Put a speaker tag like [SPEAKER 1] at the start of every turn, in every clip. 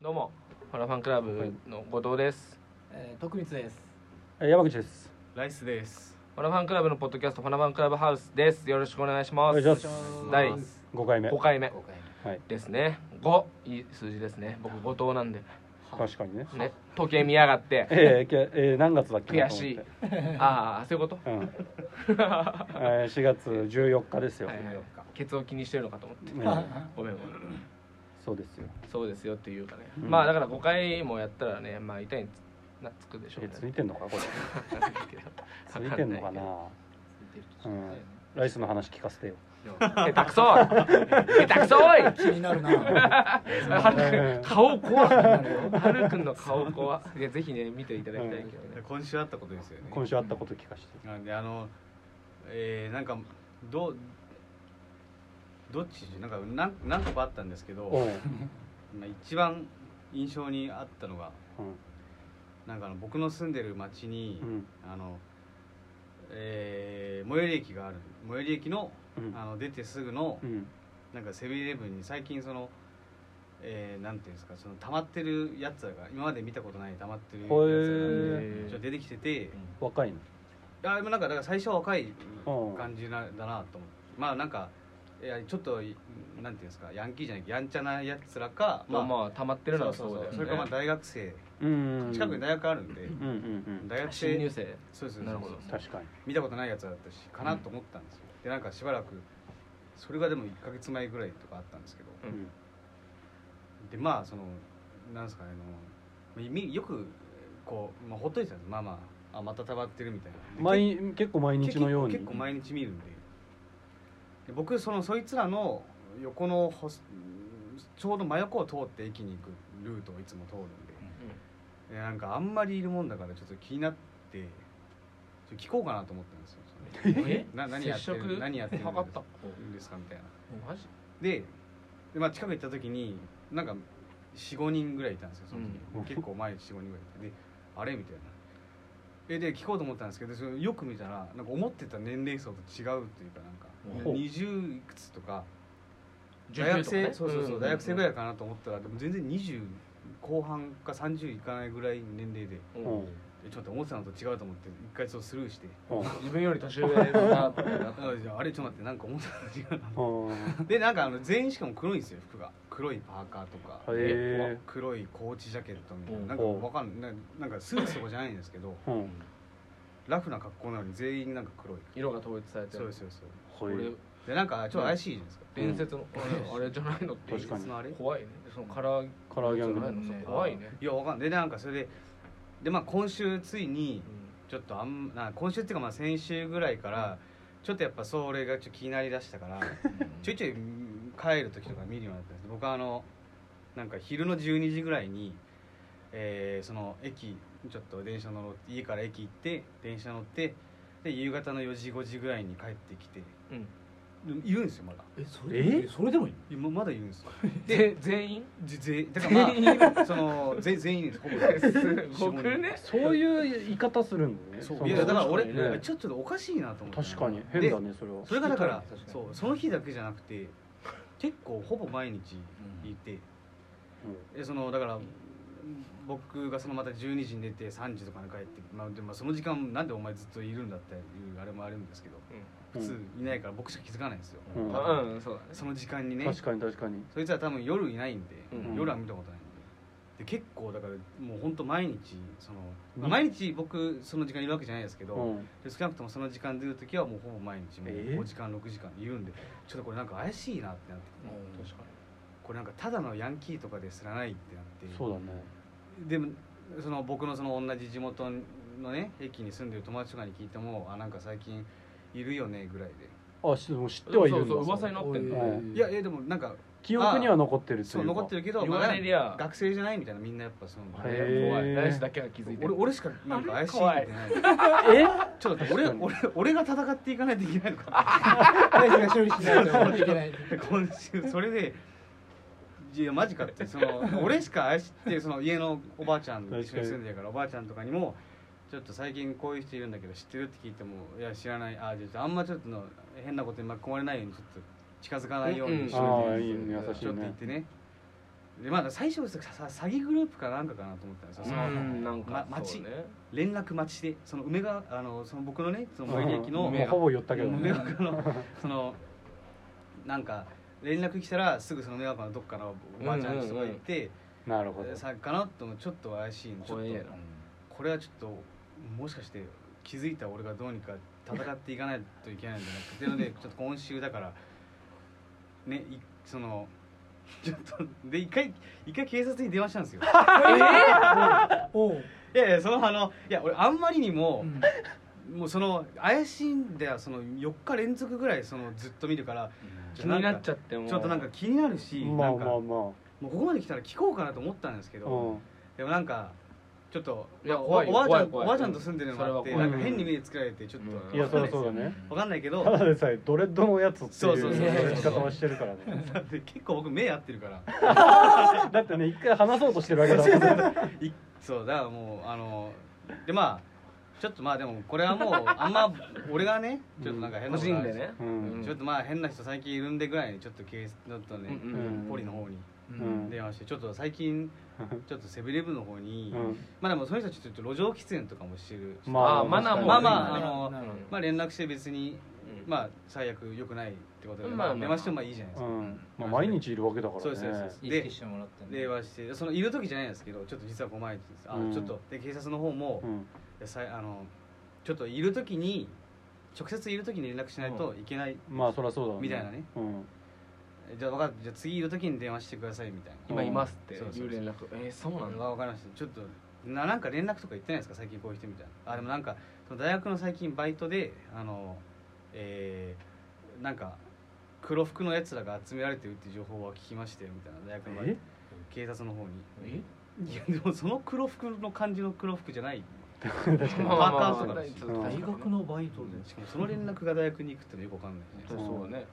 [SPEAKER 1] どうもファラファンクラブの後藤です
[SPEAKER 2] えー、徳光です。
[SPEAKER 3] えー山口です。
[SPEAKER 4] ライスです。
[SPEAKER 1] ファラファンクラブのポッドキャストファラファンクラブハウスですよろしくお願いしま
[SPEAKER 3] お
[SPEAKER 1] す
[SPEAKER 3] 願いします
[SPEAKER 1] 第
[SPEAKER 3] 5回目。
[SPEAKER 1] 5回目
[SPEAKER 2] 公開
[SPEAKER 3] はい。
[SPEAKER 1] ですね5いい数字ですね僕後藤なんで
[SPEAKER 3] 確かにね。
[SPEAKER 1] ね時計見やがって
[SPEAKER 3] えー、けえー何月だっけな
[SPEAKER 1] 悔
[SPEAKER 3] と思っ
[SPEAKER 1] しい
[SPEAKER 3] て
[SPEAKER 1] ああそういうこと
[SPEAKER 3] うん。えー4月14日ですよ。
[SPEAKER 1] はいはいケツを気にしてるのかと思って
[SPEAKER 3] ね
[SPEAKER 1] ごめんごめん
[SPEAKER 3] そうですよ。
[SPEAKER 1] そうですよっていうかね、
[SPEAKER 3] うん
[SPEAKER 1] まあだから5回もやったらねまあ痛いにつなつくでしょう
[SPEAKER 3] え
[SPEAKER 1] ね
[SPEAKER 3] ついてんのかこれ。ついてんのかな。うん。ライスの話聞かせてよ。
[SPEAKER 1] 下手くそ下手くそおい
[SPEAKER 2] 気になるな。
[SPEAKER 1] はるくん顔怖はるくんの顔怖いやぜひね見ていただきたいけどね
[SPEAKER 4] 今週あったことですよね。
[SPEAKER 3] 今週あったこと聞かせて。
[SPEAKER 4] なんであの、えー、なんかどうどっちなんかなん何個かあったんですけど、
[SPEAKER 3] おう。
[SPEAKER 4] まあ一番印象にあったのが
[SPEAKER 3] うん
[SPEAKER 4] なんかあの僕の住んでる町に、
[SPEAKER 3] うん
[SPEAKER 4] あの、えー、最寄り駅がある最寄り駅の
[SPEAKER 3] うん
[SPEAKER 4] あの出てすぐの、
[SPEAKER 3] うん
[SPEAKER 4] なんかセブンイレブンに最近その。えー、なんていうんですかその溜まってるやつらが今まで見たことない溜まってるやつらが
[SPEAKER 3] へ
[SPEAKER 1] ー
[SPEAKER 4] ちょっと出てきてて、
[SPEAKER 3] 若い
[SPEAKER 4] いやでもなんかだから最初は若い
[SPEAKER 3] うん
[SPEAKER 4] 感じなだなと思ってまあなんかいやちょっといなんていうんですかヤンキーじゃないやんちゃなやつらか
[SPEAKER 1] まあ
[SPEAKER 4] あ
[SPEAKER 1] まあ溜まってるのはそ
[SPEAKER 4] そう
[SPEAKER 1] う
[SPEAKER 4] そう
[SPEAKER 1] だ
[SPEAKER 4] そ
[SPEAKER 1] よ
[SPEAKER 4] う
[SPEAKER 1] ね
[SPEAKER 4] それかまあ大学生
[SPEAKER 3] の。うん。
[SPEAKER 4] 近くに大学あるんで
[SPEAKER 3] うんうん
[SPEAKER 4] 大学
[SPEAKER 1] 新入
[SPEAKER 4] 生
[SPEAKER 1] 生
[SPEAKER 4] そうですそうです
[SPEAKER 1] なるほど
[SPEAKER 3] うん。確かに。
[SPEAKER 4] 見たことないやつだったしかなと思ったんですよでなんかしばらくそれがでも1か月前ぐらいとかあったんですけど
[SPEAKER 1] うん
[SPEAKER 3] うん
[SPEAKER 4] でまあそのなんですかねあのみよくこう、まあ、ほっといてたんですまあまああまた溜まってるみたいな
[SPEAKER 3] 毎結構毎日のように。
[SPEAKER 4] 結構結構毎日見るんでで僕そのそいつらの横のほすちょうど真横を通って駅に行くルートをいつも通るんででなんかあんまりいるもんだからちょっと気になってちょっと聞こうかなと思ったんですよその
[SPEAKER 1] え
[SPEAKER 4] な何やって
[SPEAKER 1] 接触
[SPEAKER 4] る何やってるん
[SPEAKER 1] 測った
[SPEAKER 4] ですかみたいな
[SPEAKER 1] マジ
[SPEAKER 4] でで、まあ、近く行った時になんか45人ぐらいいたんですよその時、
[SPEAKER 3] うん
[SPEAKER 4] 結構前45人ぐらいいてであれみたいなえで聞こうと思ったんですけどそれよく見たらなんか思ってた年齢層と違うというかなんか
[SPEAKER 3] ほう
[SPEAKER 4] 20いくつとか
[SPEAKER 1] 19とかね
[SPEAKER 4] 大学生そうそうそう大学生ぐら
[SPEAKER 1] い
[SPEAKER 4] いかなと思ったらでも全然20後半か30いかないぐらいの年齢で
[SPEAKER 3] うん。
[SPEAKER 4] えちょっと思ってたのと違うと思って一回そうスルーして
[SPEAKER 3] うん
[SPEAKER 1] 自分より年上だなってなっ
[SPEAKER 4] あじゃああれちょっと待ってなんか思ってたのと違うな
[SPEAKER 3] うん。
[SPEAKER 4] でなんかあの全員しかも黒いんですよ服が黒いパーカーとか、
[SPEAKER 3] へ
[SPEAKER 4] 黒いコーチジャケットみたい
[SPEAKER 1] うん
[SPEAKER 4] ななんかわかんないななんかスーツとかじゃないんですけど
[SPEAKER 3] ーうん。
[SPEAKER 4] ラフな格好なのに全員なんか黒い
[SPEAKER 1] 色が統一されて
[SPEAKER 4] そうで
[SPEAKER 1] る
[SPEAKER 4] すそうです
[SPEAKER 3] ほい
[SPEAKER 1] 俺
[SPEAKER 4] でなんかちょっと怪しいじゃないですか、
[SPEAKER 1] 伝説のあれあれじゃないのって
[SPEAKER 3] 確かに
[SPEAKER 4] 伝説のあれ
[SPEAKER 1] 怖いねそのカラー
[SPEAKER 3] カラーギャン
[SPEAKER 1] じゃない
[SPEAKER 3] グ。
[SPEAKER 1] のそう怖いね
[SPEAKER 4] いやわかんないでなんかそれででまあ今週ついにちょっとあんな今週っていうかまあ先週ぐらいからちょっとやっぱそれがちょっと気になりだし たからちょいちょいうん帰る時とか見るようになったんです僕はあのなんか昼の12時ぐらいに、えーその駅ちょっと電車乗ろう家から駅行って電車乗ってで夕方の4時5時ぐらいに帰ってきて
[SPEAKER 1] うん
[SPEAKER 4] でもいるんですよまだ
[SPEAKER 2] え、そ
[SPEAKER 3] れでも
[SPEAKER 2] それでもいい
[SPEAKER 4] いままだいるんで すよ
[SPEAKER 1] で全員
[SPEAKER 4] ぜぜだからまあそのぜ全員ですほぼ
[SPEAKER 1] す ご
[SPEAKER 4] 45
[SPEAKER 1] く
[SPEAKER 4] 人
[SPEAKER 1] ね
[SPEAKER 3] そういう言い方するんだね。
[SPEAKER 4] そ
[SPEAKER 3] の
[SPEAKER 4] ういやだから俺、
[SPEAKER 3] 確かにね
[SPEAKER 4] ちょっとおかしいなと思って
[SPEAKER 3] 確かに変だねそれは。
[SPEAKER 4] それがだから
[SPEAKER 2] 聞いたね確かに
[SPEAKER 4] そうその日だけじゃなくて結構ほぼ毎日いて、えそのだから僕がそのまた12時に寝て3時とかに帰って、まあ、でもまあその時間なんでお前ずっといるんだっていうあれもあるんですけど
[SPEAKER 3] う
[SPEAKER 4] 普
[SPEAKER 3] ん
[SPEAKER 4] 通いないから僕しか気づかないんですよ、
[SPEAKER 3] うん
[SPEAKER 4] 多
[SPEAKER 1] う
[SPEAKER 4] 分
[SPEAKER 1] んそうだね
[SPEAKER 4] その時間にね
[SPEAKER 3] 確かに確かに。
[SPEAKER 4] そいつは多分夜いないんで、
[SPEAKER 1] うん
[SPEAKER 4] 夜は見たことないんでで結構だからもう本当毎日その、ま
[SPEAKER 3] うん
[SPEAKER 4] あ毎日僕その時間いるわけじゃないですけど、
[SPEAKER 3] うん。
[SPEAKER 4] で少なくともその時間出る時はもうほぼ毎日もう
[SPEAKER 3] えー
[SPEAKER 4] 5時間6時間いるんでちょっとこれなんか怪しいなってなって
[SPEAKER 1] 確か
[SPEAKER 4] これなんかただのヤンキーとかですらないってなって
[SPEAKER 3] そうだね。
[SPEAKER 4] でもその僕のその同じ地元のね駅に住んでる友達とかに聞いてもあなんか最近いるよねぐらいで
[SPEAKER 3] あ、しでも知っ
[SPEAKER 1] に
[SPEAKER 3] てはいるんだ。
[SPEAKER 1] そうそう噂になってんだ
[SPEAKER 3] はい
[SPEAKER 4] いやいやでもなんか
[SPEAKER 3] 記憶には残ってるっていうか。
[SPEAKER 4] そう残って
[SPEAKER 3] る。
[SPEAKER 4] るけど
[SPEAKER 1] 言われりゃ
[SPEAKER 4] まあ学生じゃないみたいなみんなやっぱその
[SPEAKER 3] へ
[SPEAKER 1] 怖
[SPEAKER 3] ー
[SPEAKER 1] い大志だけが気づいてる
[SPEAKER 4] 俺俺しかなんか怪しい
[SPEAKER 1] あれ
[SPEAKER 4] みたいな
[SPEAKER 3] え？
[SPEAKER 4] ちょっと待って俺
[SPEAKER 3] 確か
[SPEAKER 4] 俺俺が戦っていかないといけないのか
[SPEAKER 2] 大事が処理しないといけない。
[SPEAKER 4] 今週それでいやマジかってその俺しか怪しってその家のおばあちゃんと一緒に住んでるからおばあちゃんとかにもちょっと最近こういう人いるんだけど知ってるって聞いてもいや知らないあじゃああんまちょっとの変なことに巻き込まれないようにちょっと近づかないようにしといて
[SPEAKER 3] うんうんあーいいね優しいね
[SPEAKER 4] ちょっと言ってねでまだ最初ささ詐欺グループかなんかかなと思ったんですよ、その
[SPEAKER 1] うんなんか
[SPEAKER 4] ま街
[SPEAKER 1] そうね
[SPEAKER 4] 連絡待ちでその梅があのその僕のねその最寄り駅の、
[SPEAKER 3] うんもうほぼ寄ったけど
[SPEAKER 4] 梅
[SPEAKER 3] ね
[SPEAKER 4] 若の そのなんか連絡来たらすぐその梅若のどっかのおばあちゃんの人が行って、
[SPEAKER 3] なるほど
[SPEAKER 4] さっきかなともちょっと怪しいのちょっ
[SPEAKER 1] 怖
[SPEAKER 4] と
[SPEAKER 1] えな
[SPEAKER 4] これはちょっともしかして気づいた俺がどうにか戦っていかないといけないんじゃなくてなのでちょっと今週だからねいそのちょっとで一回一回警察に電話したんですよ
[SPEAKER 2] おう、
[SPEAKER 4] いやいやそのあのいや俺あんまりにも、
[SPEAKER 2] うん
[SPEAKER 4] もうその怪しいんだよその4日連続ぐらいそのずっと見るから
[SPEAKER 1] 気になっちゃっても
[SPEAKER 4] ちょっとなんか気になるし、
[SPEAKER 3] まあ
[SPEAKER 4] なんか
[SPEAKER 3] まあま
[SPEAKER 4] もうここまで来たら聞こうかなと思ったんですけ
[SPEAKER 3] あ
[SPEAKER 4] ど、
[SPEAKER 3] うん
[SPEAKER 4] でもなんかちょっと
[SPEAKER 1] いや
[SPEAKER 4] まあ
[SPEAKER 1] 怖い
[SPEAKER 4] おばあちゃん
[SPEAKER 1] 怖い怖い
[SPEAKER 4] おばあちゃんと住んでるのもあって
[SPEAKER 1] そ
[SPEAKER 3] れは怖
[SPEAKER 4] ないんか変に目つけられてちょっ
[SPEAKER 1] うん
[SPEAKER 4] と
[SPEAKER 3] いや
[SPEAKER 4] わか
[SPEAKER 3] そ
[SPEAKER 4] ん
[SPEAKER 3] りゃ
[SPEAKER 4] ないです
[SPEAKER 3] そうだ
[SPEAKER 4] よ
[SPEAKER 3] ね
[SPEAKER 4] わかんないけ
[SPEAKER 3] た
[SPEAKER 4] ど
[SPEAKER 3] だでさえドレッドのやつってい
[SPEAKER 4] そううそうそう
[SPEAKER 3] やり方をしてるからね
[SPEAKER 4] だって結構僕目合ってるから
[SPEAKER 3] だってね一回話そうとしてるわけだからね
[SPEAKER 4] い そうだからもうあのでまあちょっとまあでもこれはもうあんま俺がねちょっとなんか変
[SPEAKER 1] 個
[SPEAKER 4] なことが
[SPEAKER 1] 人でね
[SPEAKER 3] う
[SPEAKER 1] うん
[SPEAKER 4] ちょっとまあ変な人最近いるんでぐらいにちょっと警察ちょっとね、
[SPEAKER 1] うんうん
[SPEAKER 3] うん
[SPEAKER 4] ポリの方に
[SPEAKER 3] うん
[SPEAKER 4] 電話してちょっと最近ちょっとセブンイレブンの方に、
[SPEAKER 3] うん
[SPEAKER 4] まあでもその人たちょっと路上喫煙とかもしてる、
[SPEAKER 3] ま
[SPEAKER 4] まあ、
[SPEAKER 1] あ
[SPEAKER 3] あ
[SPEAKER 1] あマナーも
[SPEAKER 4] まあまあ
[SPEAKER 1] う
[SPEAKER 4] あ
[SPEAKER 1] ん
[SPEAKER 4] の
[SPEAKER 2] なるほど
[SPEAKER 4] まあ連絡して別に
[SPEAKER 1] うん
[SPEAKER 4] まあ最悪良くないってことで、
[SPEAKER 1] まあ
[SPEAKER 4] ま
[SPEAKER 1] ま
[SPEAKER 4] あ、
[SPEAKER 1] あ
[SPEAKER 4] 電話してもまあいいじゃないです
[SPEAKER 3] う
[SPEAKER 4] か、
[SPEAKER 3] んまあ毎日いるわけだからね
[SPEAKER 4] そうですそうです
[SPEAKER 2] 意識してもらったんで
[SPEAKER 4] 電話してそのいる時じゃないんですけどちょっと実はこう前にあ
[SPEAKER 3] うん
[SPEAKER 4] ちょっとで警察の方も、
[SPEAKER 3] うん
[SPEAKER 4] いやさいあのちょっといる時に直接いる時に連絡しないといけない、
[SPEAKER 3] まあそりゃそうだろう
[SPEAKER 4] みたいなね
[SPEAKER 3] うん
[SPEAKER 4] じゃあ分かったじゃあ次いる時に電話してくださいみたいな
[SPEAKER 1] 今いますって
[SPEAKER 4] そう
[SPEAKER 1] い
[SPEAKER 4] そうそう
[SPEAKER 1] う連絡えーそうなんだ
[SPEAKER 4] わかりましたちょっとななんか連絡とか言ってないですか最近こういう人みたいなあでもなんかその大学の最近バイトであのえー、なんか黒服のやつらが集められてるっていう情報は聞きましたよみたいな大学のバイ
[SPEAKER 3] え
[SPEAKER 4] ト警察の方
[SPEAKER 1] え
[SPEAKER 4] にいやでもその黒服の感じの黒服じゃない
[SPEAKER 3] 確かに
[SPEAKER 1] まあまあまあ
[SPEAKER 4] パーカーとかだし
[SPEAKER 1] ちょっと
[SPEAKER 3] うん
[SPEAKER 2] 大学のバイトで
[SPEAKER 4] しかもその連絡が大学に行くってのよくわかんないね
[SPEAKER 1] そうそうね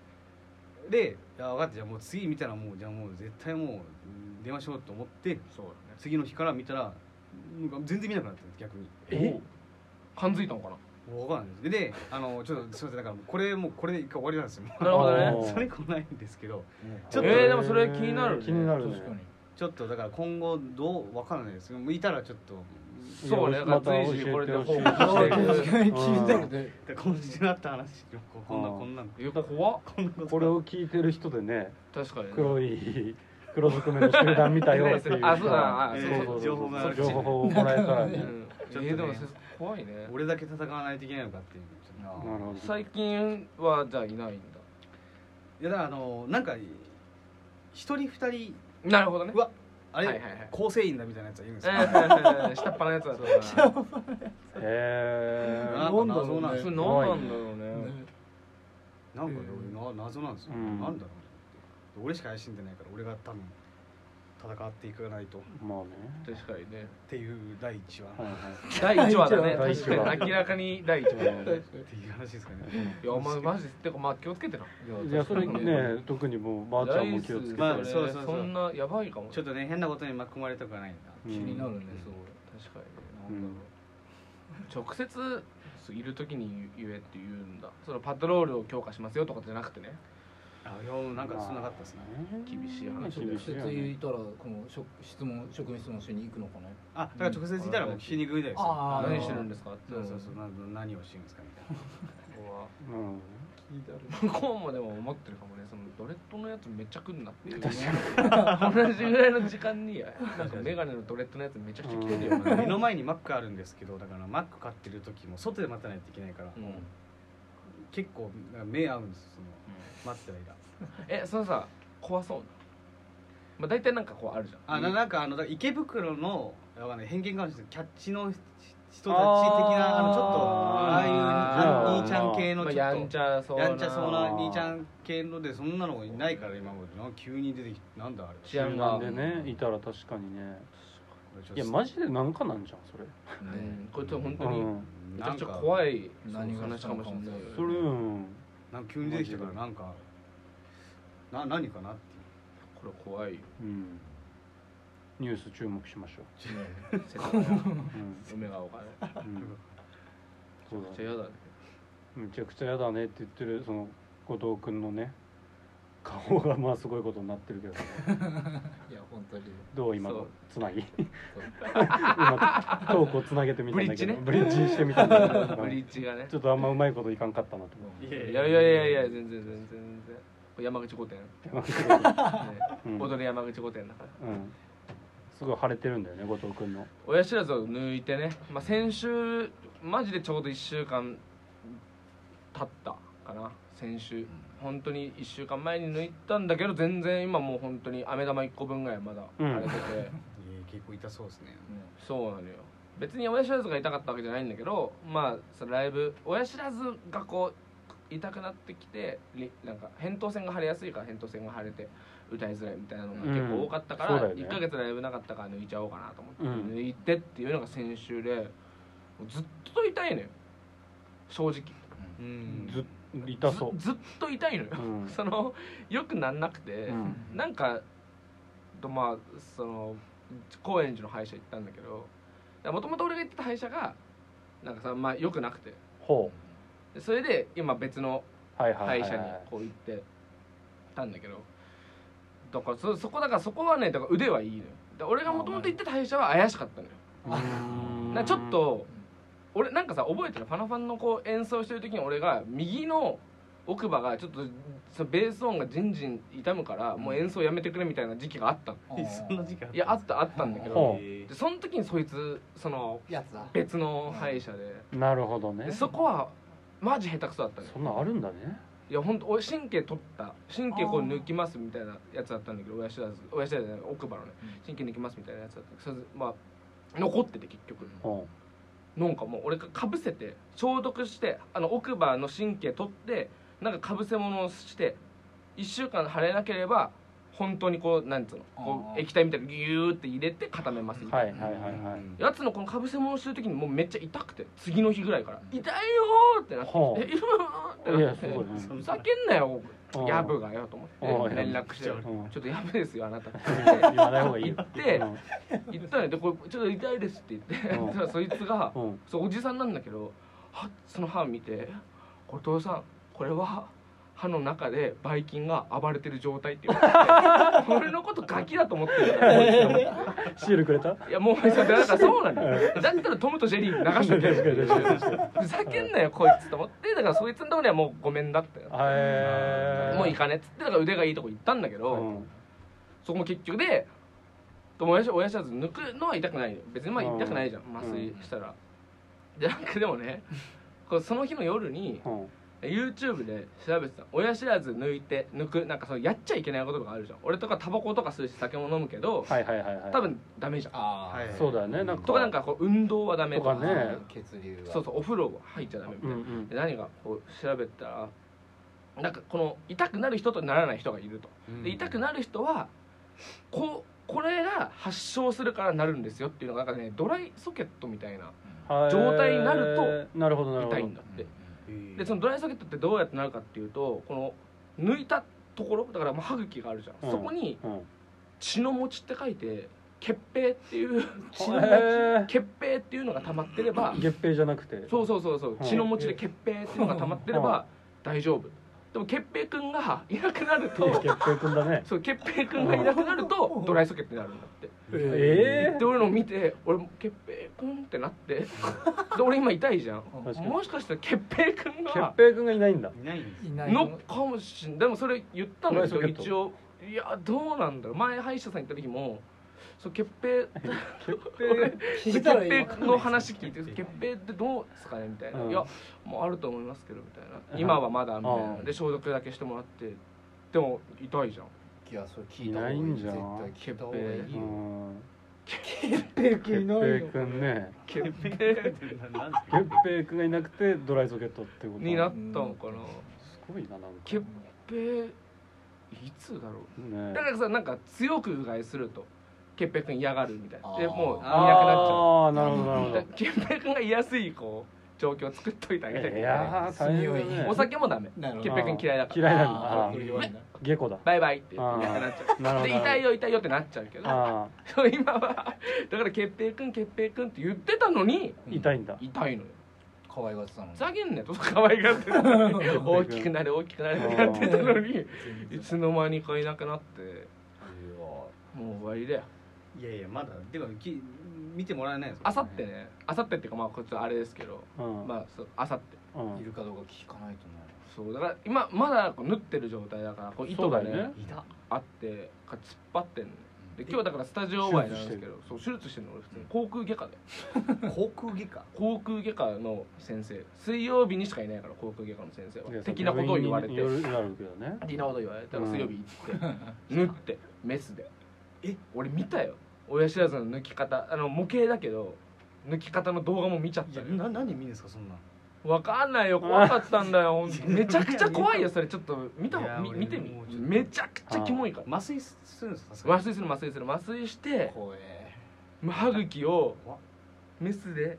[SPEAKER 4] で「いや分かったじゃあもう次見たらもうじゃあもう絶対もう電話しようと思って
[SPEAKER 1] そうだね
[SPEAKER 4] 次の日から見たらなんか全然見なくなって逆に
[SPEAKER 3] え
[SPEAKER 1] 感づいたのか
[SPEAKER 4] 分かんないですであのちょっとすいませんだからこれもうこれで一回終わりなんですよも
[SPEAKER 1] ななるほどね
[SPEAKER 4] う それ以降ないんですけどち
[SPEAKER 1] ょっとえーでもそれ気になるね
[SPEAKER 3] 気になる
[SPEAKER 2] 確
[SPEAKER 3] ね
[SPEAKER 2] かに
[SPEAKER 4] ちょっとだから今後どう分からないですけどいたらちょっと
[SPEAKER 1] そうね
[SPEAKER 3] いやまた
[SPEAKER 1] 随時これで
[SPEAKER 3] 教えてほしい
[SPEAKER 1] 報告していく
[SPEAKER 2] 確かに気になるね
[SPEAKER 4] だから今週あった話ここんな
[SPEAKER 3] うん
[SPEAKER 4] こんなの
[SPEAKER 1] なえ怖っ
[SPEAKER 4] こんなこと
[SPEAKER 3] これを聞いてる人でね
[SPEAKER 1] 確かにね
[SPEAKER 3] 黒い黒ずくめの集団見たよっていう人
[SPEAKER 1] あそうだあ
[SPEAKER 4] そう
[SPEAKER 3] そうそうそう
[SPEAKER 4] 情報がある
[SPEAKER 3] 情報をもらえたら
[SPEAKER 1] う
[SPEAKER 3] ね
[SPEAKER 1] んえ
[SPEAKER 4] ちょっとね
[SPEAKER 1] ーでもそれ怖いね
[SPEAKER 4] 俺だけ戦わないといけないのかっていうちょっと
[SPEAKER 2] あ
[SPEAKER 3] なるほど
[SPEAKER 1] 最近はじゃあいないんだ
[SPEAKER 4] いやだからあのなんか一人二人
[SPEAKER 1] なるほどね
[SPEAKER 4] うわあれ、
[SPEAKER 1] はいはいはい
[SPEAKER 4] 構成員だみたいなやつがいるんです
[SPEAKER 1] え
[SPEAKER 4] よ、
[SPEAKER 1] ー下っ端のやつだと か
[SPEAKER 3] へえ
[SPEAKER 4] なんか謎な
[SPEAKER 2] な
[SPEAKER 4] んな
[SPEAKER 2] だろうね
[SPEAKER 4] んん
[SPEAKER 1] そ
[SPEAKER 4] か
[SPEAKER 1] れ何なんだろうね
[SPEAKER 2] ね
[SPEAKER 4] ね俺な謎なんですよ、
[SPEAKER 3] うん
[SPEAKER 4] なんだろう俺しか怪しんでないから俺が多分戦っていかないとっ
[SPEAKER 3] まあね
[SPEAKER 1] 確かにね
[SPEAKER 4] ていう第一話、
[SPEAKER 3] はいは
[SPEAKER 1] 第1話だね
[SPEAKER 3] 第
[SPEAKER 1] 確
[SPEAKER 3] 一話
[SPEAKER 1] かに明らかに第1話だ ね
[SPEAKER 4] っていう話ですかね
[SPEAKER 1] いやお前マジでてかまあ気をつけてない
[SPEAKER 3] いやそれね特にもうばあちゃんも気をつけて
[SPEAKER 4] ま
[SPEAKER 1] ま
[SPEAKER 4] あ
[SPEAKER 1] あ
[SPEAKER 4] そう
[SPEAKER 1] そ
[SPEAKER 4] そう
[SPEAKER 1] う
[SPEAKER 4] そ
[SPEAKER 1] そううそんなやばいかも
[SPEAKER 4] ちょっ
[SPEAKER 1] っと
[SPEAKER 4] とね変なことに巻き込まれたくはないんだ
[SPEAKER 3] う
[SPEAKER 2] 気
[SPEAKER 3] ん
[SPEAKER 2] になるねす
[SPEAKER 1] 確か
[SPEAKER 3] う
[SPEAKER 1] に
[SPEAKER 3] ん
[SPEAKER 1] ねなんか直接いる時に言えって言うんだそのパトロールを強化しますよとかじゃなくてね
[SPEAKER 4] あいやなんかそんなかったですね、
[SPEAKER 1] 厳しい話
[SPEAKER 2] ごい
[SPEAKER 3] 厳
[SPEAKER 2] 直
[SPEAKER 3] しい
[SPEAKER 2] 接
[SPEAKER 3] よ
[SPEAKER 2] 言
[SPEAKER 3] ね
[SPEAKER 2] ったらこの職質問職務質問しに行くのかね
[SPEAKER 4] あだから直接いたらもう聞きに行くみたいですよ
[SPEAKER 2] あー
[SPEAKER 1] 何してるんですかって
[SPEAKER 4] そうそうそうな何をしてるんですかみたいな
[SPEAKER 3] うん
[SPEAKER 1] 向こうもでも思ってるかもねそのドレッドのやつめっちゃ来んなっていう同じぐらいの時間 になんかメガネのドレッドのやつめちゃくちゃ来てる よ
[SPEAKER 4] 目
[SPEAKER 1] な
[SPEAKER 4] の前にマックあるんですけどだからマック買ってる時も外で待たないといけないから、
[SPEAKER 1] うん
[SPEAKER 4] 結構なんか目合うんですよその待ってる間
[SPEAKER 1] えそのさ怖そうなまあ大体なんかこうあるじゃん
[SPEAKER 4] あな
[SPEAKER 1] な
[SPEAKER 4] なんかあのだから池袋のわかんない偏見かもしれないけどキャッチの人たち
[SPEAKER 1] あ
[SPEAKER 4] 的な
[SPEAKER 1] ー
[SPEAKER 4] あのちょっとああいう
[SPEAKER 1] あ
[SPEAKER 4] あ
[SPEAKER 1] ー
[SPEAKER 4] の兄ちゃん系の
[SPEAKER 1] まあ
[SPEAKER 4] ちょ
[SPEAKER 1] や
[SPEAKER 4] っ
[SPEAKER 1] んち
[SPEAKER 4] と
[SPEAKER 1] ゃそうな
[SPEAKER 4] やんちゃそうな
[SPEAKER 3] あー
[SPEAKER 4] 兄ちゃん系のでそんなのがいないから今までな急に出てきてなんだあれ
[SPEAKER 1] 治安
[SPEAKER 3] な
[SPEAKER 1] が
[SPEAKER 3] んでねいたら確かにねいや
[SPEAKER 4] マ
[SPEAKER 3] マジでなんかなんじゃんそれ
[SPEAKER 1] うんこれちょっと本当
[SPEAKER 3] う
[SPEAKER 1] に
[SPEAKER 3] ん
[SPEAKER 1] めち
[SPEAKER 4] な
[SPEAKER 1] ゃ
[SPEAKER 4] ん
[SPEAKER 1] くちゃ
[SPEAKER 4] か
[SPEAKER 1] 怖い
[SPEAKER 2] 何が
[SPEAKER 1] 話かもしれないよね
[SPEAKER 3] それうん
[SPEAKER 4] なんか急に出てきたからなんかな何かなって
[SPEAKER 1] これ怖いよ
[SPEAKER 3] うんニュース注目しましょ
[SPEAKER 1] 世界が
[SPEAKER 3] ううん
[SPEAKER 1] 梅が丘ね
[SPEAKER 3] うんそう
[SPEAKER 1] めっち
[SPEAKER 3] だ
[SPEAKER 1] ゃ嫌だね
[SPEAKER 3] めちゃくちゃやだねって言ってるその後藤君のね顔がまあすごいことになってるけど、
[SPEAKER 2] いや本当に
[SPEAKER 3] どう今
[SPEAKER 1] そ
[SPEAKER 3] の
[SPEAKER 1] う
[SPEAKER 3] つなぎ
[SPEAKER 2] そう
[SPEAKER 3] 今トークをつなげてみたんだけどブ
[SPEAKER 1] ブ
[SPEAKER 3] リ
[SPEAKER 1] リ
[SPEAKER 3] ッ
[SPEAKER 1] ッ
[SPEAKER 3] ジしてみたんだけど
[SPEAKER 1] ブリーチがね
[SPEAKER 3] ちょっとあんまうまいこといかんかったなと
[SPEAKER 4] いや
[SPEAKER 1] いやいやいやいや全然全然全然これ山口御殿、ね
[SPEAKER 3] 思って、うん
[SPEAKER 1] 踊り山口御殿だから
[SPEAKER 3] うん、すごい腫れてるんだよね後藤君の
[SPEAKER 1] 親知らずを抜いてね、まあ、先週マジでちょうど1週間経ったかな先週本当に1週間前に抜いたんだけど全然今もう本当に飴玉1個分ぐらいまだ
[SPEAKER 3] うん
[SPEAKER 1] 腫れてて、
[SPEAKER 4] 結構痛そうですね
[SPEAKER 2] ね
[SPEAKER 1] そうなのよ別に親知らずが痛かったわけじゃないんだけどまあそのライブ親知らずがこう痛くなってきてりなんか扁桃腺が腫れやすいから扁桃腺が腫れて歌いづらいみたいなのが結構多かったから、
[SPEAKER 3] うんそうだよね
[SPEAKER 1] 1ヶ月ライブなかったから抜いちゃおうかなと思って、
[SPEAKER 3] うん
[SPEAKER 1] 抜いてっていうのが先週でずっと痛いのよ正直
[SPEAKER 4] う
[SPEAKER 3] ず
[SPEAKER 4] ん
[SPEAKER 3] 痛そう
[SPEAKER 1] ずずっと痛いのよ、
[SPEAKER 3] うん
[SPEAKER 1] そのよくなんなくて、
[SPEAKER 3] うん
[SPEAKER 1] なんかとまあその高円寺の歯医者行ったんだけどもともと俺が行ってた歯医者がなんかさまあ良くなくて
[SPEAKER 3] ほ
[SPEAKER 1] でそれで今別の
[SPEAKER 3] うはいは
[SPEAKER 1] 歯
[SPEAKER 3] い
[SPEAKER 1] 医
[SPEAKER 3] はい、
[SPEAKER 1] 者に
[SPEAKER 3] は
[SPEAKER 1] こう行ってたんだけどだからそそこだからそこはねだから腕はいいのよで俺がもともと行ってた歯医者は怪しかったのよ
[SPEAKER 3] いうーん
[SPEAKER 1] なんかちょっと俺なんかさ覚えてるファナファンのこう演奏してる時に俺が右の奥歯がちょっとそのベース音がじんじん痛むからもう演奏やめてくれみたいな時期があったの
[SPEAKER 2] うん
[SPEAKER 4] そんな時間
[SPEAKER 1] いやあったあったんだけ
[SPEAKER 3] ほ
[SPEAKER 1] ど
[SPEAKER 3] う
[SPEAKER 1] でその時にそいつその
[SPEAKER 2] やつだ
[SPEAKER 1] 別の歯医者で
[SPEAKER 3] なるほどね
[SPEAKER 1] でそこはマジ下手くそだったね
[SPEAKER 3] そんなんあるんだね
[SPEAKER 1] いや本当俺神経取った神経こう抜きますみたいなやつだったんだけど親知らず親知らずじゃない奥歯のね神経抜きますみたいなやつだったけどそれまあ残ってて結局
[SPEAKER 3] ほ
[SPEAKER 1] なんかもう俺がかぶせて消毒してあの奥歯の神経取ってなんかかぶせ物をして1週間腫れなければ本当にこうなんつうのこ
[SPEAKER 2] あ
[SPEAKER 1] う
[SPEAKER 2] ー
[SPEAKER 1] 液体みたいにギューって入れて固めますみ
[SPEAKER 3] う
[SPEAKER 1] たいな
[SPEAKER 3] はいはいはいはい、
[SPEAKER 1] やつのこのかぶせ物をしてる時にもうめっちゃ痛くて次の日ぐらいから「痛いよ!」ってなって
[SPEAKER 3] はあ
[SPEAKER 1] 「えうわーって
[SPEAKER 3] い
[SPEAKER 1] な
[SPEAKER 3] や
[SPEAKER 1] っ
[SPEAKER 3] す
[SPEAKER 1] て
[SPEAKER 3] ごいね
[SPEAKER 4] そ
[SPEAKER 1] ふざけんなよ
[SPEAKER 3] うん
[SPEAKER 1] やぶがよ」と思っ
[SPEAKER 3] うん
[SPEAKER 1] て連絡して「ち
[SPEAKER 4] う
[SPEAKER 1] ょ
[SPEAKER 4] ん
[SPEAKER 3] うん
[SPEAKER 1] っとやぶですよあなた」
[SPEAKER 3] 言わない方がいいよ
[SPEAKER 1] 行って
[SPEAKER 3] うん
[SPEAKER 1] 言ったのよで「これちょっと痛いです」って言って
[SPEAKER 3] う
[SPEAKER 1] そ
[SPEAKER 3] ん
[SPEAKER 1] した らそいつが
[SPEAKER 3] うん
[SPEAKER 1] そうおじさんなんだけどはその歯見て「後藤さんこれは歯の中でばい菌が暴れてる状態」って言わ れて俺のことガキだと思ってるからこいつのこと
[SPEAKER 3] シールくれた
[SPEAKER 1] いやもうだからそうなのよだったらトムとジェリー流しとけ
[SPEAKER 3] 確かに確かに確か
[SPEAKER 1] ふざけんなよこいつと思ってだからそいつのとこにはもうごめんだって
[SPEAKER 3] へー
[SPEAKER 1] もういかねっつってだから腕がいいとこ行ったんだけど、
[SPEAKER 3] うん
[SPEAKER 1] そこも結局で親知親知らず抜くのは痛くないよ別にまあ
[SPEAKER 3] うん
[SPEAKER 1] 痛くないじゃん麻酔したら、でなんかでもねこうその日の夜に
[SPEAKER 3] うん
[SPEAKER 1] YouTube で調べてた親知らず抜いて抜くなんかそのやっちゃいけないこととかあるじゃん俺とかタバコとかするし酒も飲むけど、
[SPEAKER 3] はいはいはいはい
[SPEAKER 1] 多分ダメじゃん
[SPEAKER 2] あ
[SPEAKER 4] はい
[SPEAKER 2] あ
[SPEAKER 3] そうだよねなんか
[SPEAKER 1] とかなんかこう運動はダメ
[SPEAKER 3] とかね
[SPEAKER 2] 血流が
[SPEAKER 1] そうそうお風呂入っちゃダメみた
[SPEAKER 3] う
[SPEAKER 1] い
[SPEAKER 3] ん
[SPEAKER 1] な、
[SPEAKER 3] うん
[SPEAKER 1] で何がこう調べたらなんかこの痛くなる人とならない人がいるとで痛く
[SPEAKER 4] な
[SPEAKER 1] なる人はこうこれが発症するからなるんですよっていうのがなんかねドライソケットみたいな
[SPEAKER 3] はい
[SPEAKER 1] 状態になると
[SPEAKER 3] なるほどなるほど
[SPEAKER 1] 痛いんだって
[SPEAKER 4] る
[SPEAKER 1] でそのドライソケットってどうやってなるかっていうとこの抜いたところだからまあ歯茎があるじゃん、
[SPEAKER 3] うん
[SPEAKER 1] そこに
[SPEAKER 3] うん
[SPEAKER 1] 血の持ちって書いて血平っていう 血の
[SPEAKER 3] へ
[SPEAKER 1] 持
[SPEAKER 3] ー
[SPEAKER 1] ち血平っていうのが溜まってれば
[SPEAKER 3] 月平じゃなくて
[SPEAKER 1] そうそうそうそう、
[SPEAKER 3] はい
[SPEAKER 1] 血の持ちで血平っていうのが溜まってれば大丈夫でも血平くんがいなくなると
[SPEAKER 3] 月平くんだね
[SPEAKER 1] そう血平くんがいなくなるとドライソケットになるんだって
[SPEAKER 3] え
[SPEAKER 1] で俺の見て俺も血平くんってなってで俺今痛いじゃん
[SPEAKER 3] 確かに
[SPEAKER 1] もしかしたら血平くん
[SPEAKER 3] 月
[SPEAKER 1] が
[SPEAKER 3] 平くんがいないんだ
[SPEAKER 4] いないんです
[SPEAKER 2] いない
[SPEAKER 1] のかもしんでもそれ言ったんだけ
[SPEAKER 3] ド
[SPEAKER 1] ど
[SPEAKER 3] ライソケット
[SPEAKER 1] 一応いやどうなんだろう前歯医者さん行った時もそう血平
[SPEAKER 2] 聞い
[SPEAKER 1] 血
[SPEAKER 2] たらいい
[SPEAKER 1] 平の話聞いて血平ってどうですかねみたいな、
[SPEAKER 3] うん
[SPEAKER 1] いやもうあると思いますけどみたい
[SPEAKER 3] うん
[SPEAKER 1] な今はまだみたいな、
[SPEAKER 3] うん
[SPEAKER 1] で消毒だけしてもらってでも痛いじゃん
[SPEAKER 2] いやそれ聞いた方がい
[SPEAKER 3] いないいんじゃん
[SPEAKER 2] 絶対聞いた方がいいよ
[SPEAKER 1] 血
[SPEAKER 3] う
[SPEAKER 1] 平
[SPEAKER 3] ん
[SPEAKER 2] ペ
[SPEAKER 3] 月平くんね
[SPEAKER 1] 血
[SPEAKER 4] ペ
[SPEAKER 1] 平
[SPEAKER 4] ってなんです
[SPEAKER 3] 月平くんがいなくてドライソケットってこと
[SPEAKER 1] になったのかな
[SPEAKER 3] すごいななんか
[SPEAKER 1] 血平いつだろう
[SPEAKER 3] ね
[SPEAKER 1] だからさなんか強くうがいすると潔平君嫌がるみたいなで
[SPEAKER 2] あー
[SPEAKER 1] もういなく
[SPEAKER 4] あー
[SPEAKER 1] なっちゃ
[SPEAKER 3] ああなるほどなるほ
[SPEAKER 1] う
[SPEAKER 3] ど
[SPEAKER 1] だから潔平君が居やすいこう状況を作っといてあげたい
[SPEAKER 3] いやー大変だね
[SPEAKER 1] お酒もダメ
[SPEAKER 2] なるほど
[SPEAKER 1] 潔平君嫌いだから
[SPEAKER 3] 嫌いなんだ
[SPEAKER 2] あ
[SPEAKER 3] あ
[SPEAKER 2] あ
[SPEAKER 3] ー
[SPEAKER 2] 弱いんだ
[SPEAKER 3] 下戸だ
[SPEAKER 1] バイバイって言っていな
[SPEAKER 3] あー
[SPEAKER 1] くなっちゃ
[SPEAKER 3] なる
[SPEAKER 1] う
[SPEAKER 3] ほど
[SPEAKER 1] で痛いよ痛いよってなっちゃうけど
[SPEAKER 3] あ
[SPEAKER 1] そう今はだから潔平君潔平君って言ってたのに
[SPEAKER 3] あ痛いんだ
[SPEAKER 1] 痛いのよ
[SPEAKER 2] 可愛がってたの
[SPEAKER 1] ふ
[SPEAKER 2] に
[SPEAKER 1] ざけんなよと可愛がってたの に大きくなれ大きくなれってやってたのにいつの間にかいなくなって
[SPEAKER 2] うわ
[SPEAKER 1] もう終わりだよ
[SPEAKER 4] いやいやまだでもき見てもらえないです
[SPEAKER 1] あさってねあさってっていうかまあこっちはあれですけど
[SPEAKER 3] うん
[SPEAKER 1] まあそうあさって
[SPEAKER 3] うん
[SPEAKER 2] いるかどうか聞かないとな
[SPEAKER 1] そうだから今まだこう縫ってる状態だからこう糸がね
[SPEAKER 3] そうだよね
[SPEAKER 4] いた
[SPEAKER 1] あってか突っ張ってんので今日だからスタジオ終わりなんですけどそう手術してるの俺普通に航空外科で
[SPEAKER 4] 航空外科
[SPEAKER 1] 航空外科の先生水曜日にしかいないから航空外科の先生
[SPEAKER 3] いや
[SPEAKER 1] は的なことを言われて
[SPEAKER 3] 病院によるあるけどね
[SPEAKER 1] 的なこと言われたら
[SPEAKER 3] うん
[SPEAKER 1] 水曜日行って縫ってメスでえ俺見たよ親知らずの抜き方あの模型だけど抜き方の動画も見ちゃっ
[SPEAKER 4] い
[SPEAKER 1] た
[SPEAKER 4] や
[SPEAKER 1] よ
[SPEAKER 4] な何見るんですかそんなん
[SPEAKER 1] わかんないよ怖かったんだよほんとめちゃくちゃ怖いよそれちょっと見た
[SPEAKER 4] いや
[SPEAKER 1] 方み
[SPEAKER 4] 俺
[SPEAKER 1] 見てみ
[SPEAKER 4] もうちょっと
[SPEAKER 1] めちゃくちゃキモいから
[SPEAKER 4] 麻酔するんですかさすがに
[SPEAKER 1] 麻酔する麻酔する麻酔して
[SPEAKER 2] 怖え
[SPEAKER 1] 歯茎を
[SPEAKER 4] 怖っ
[SPEAKER 1] メスで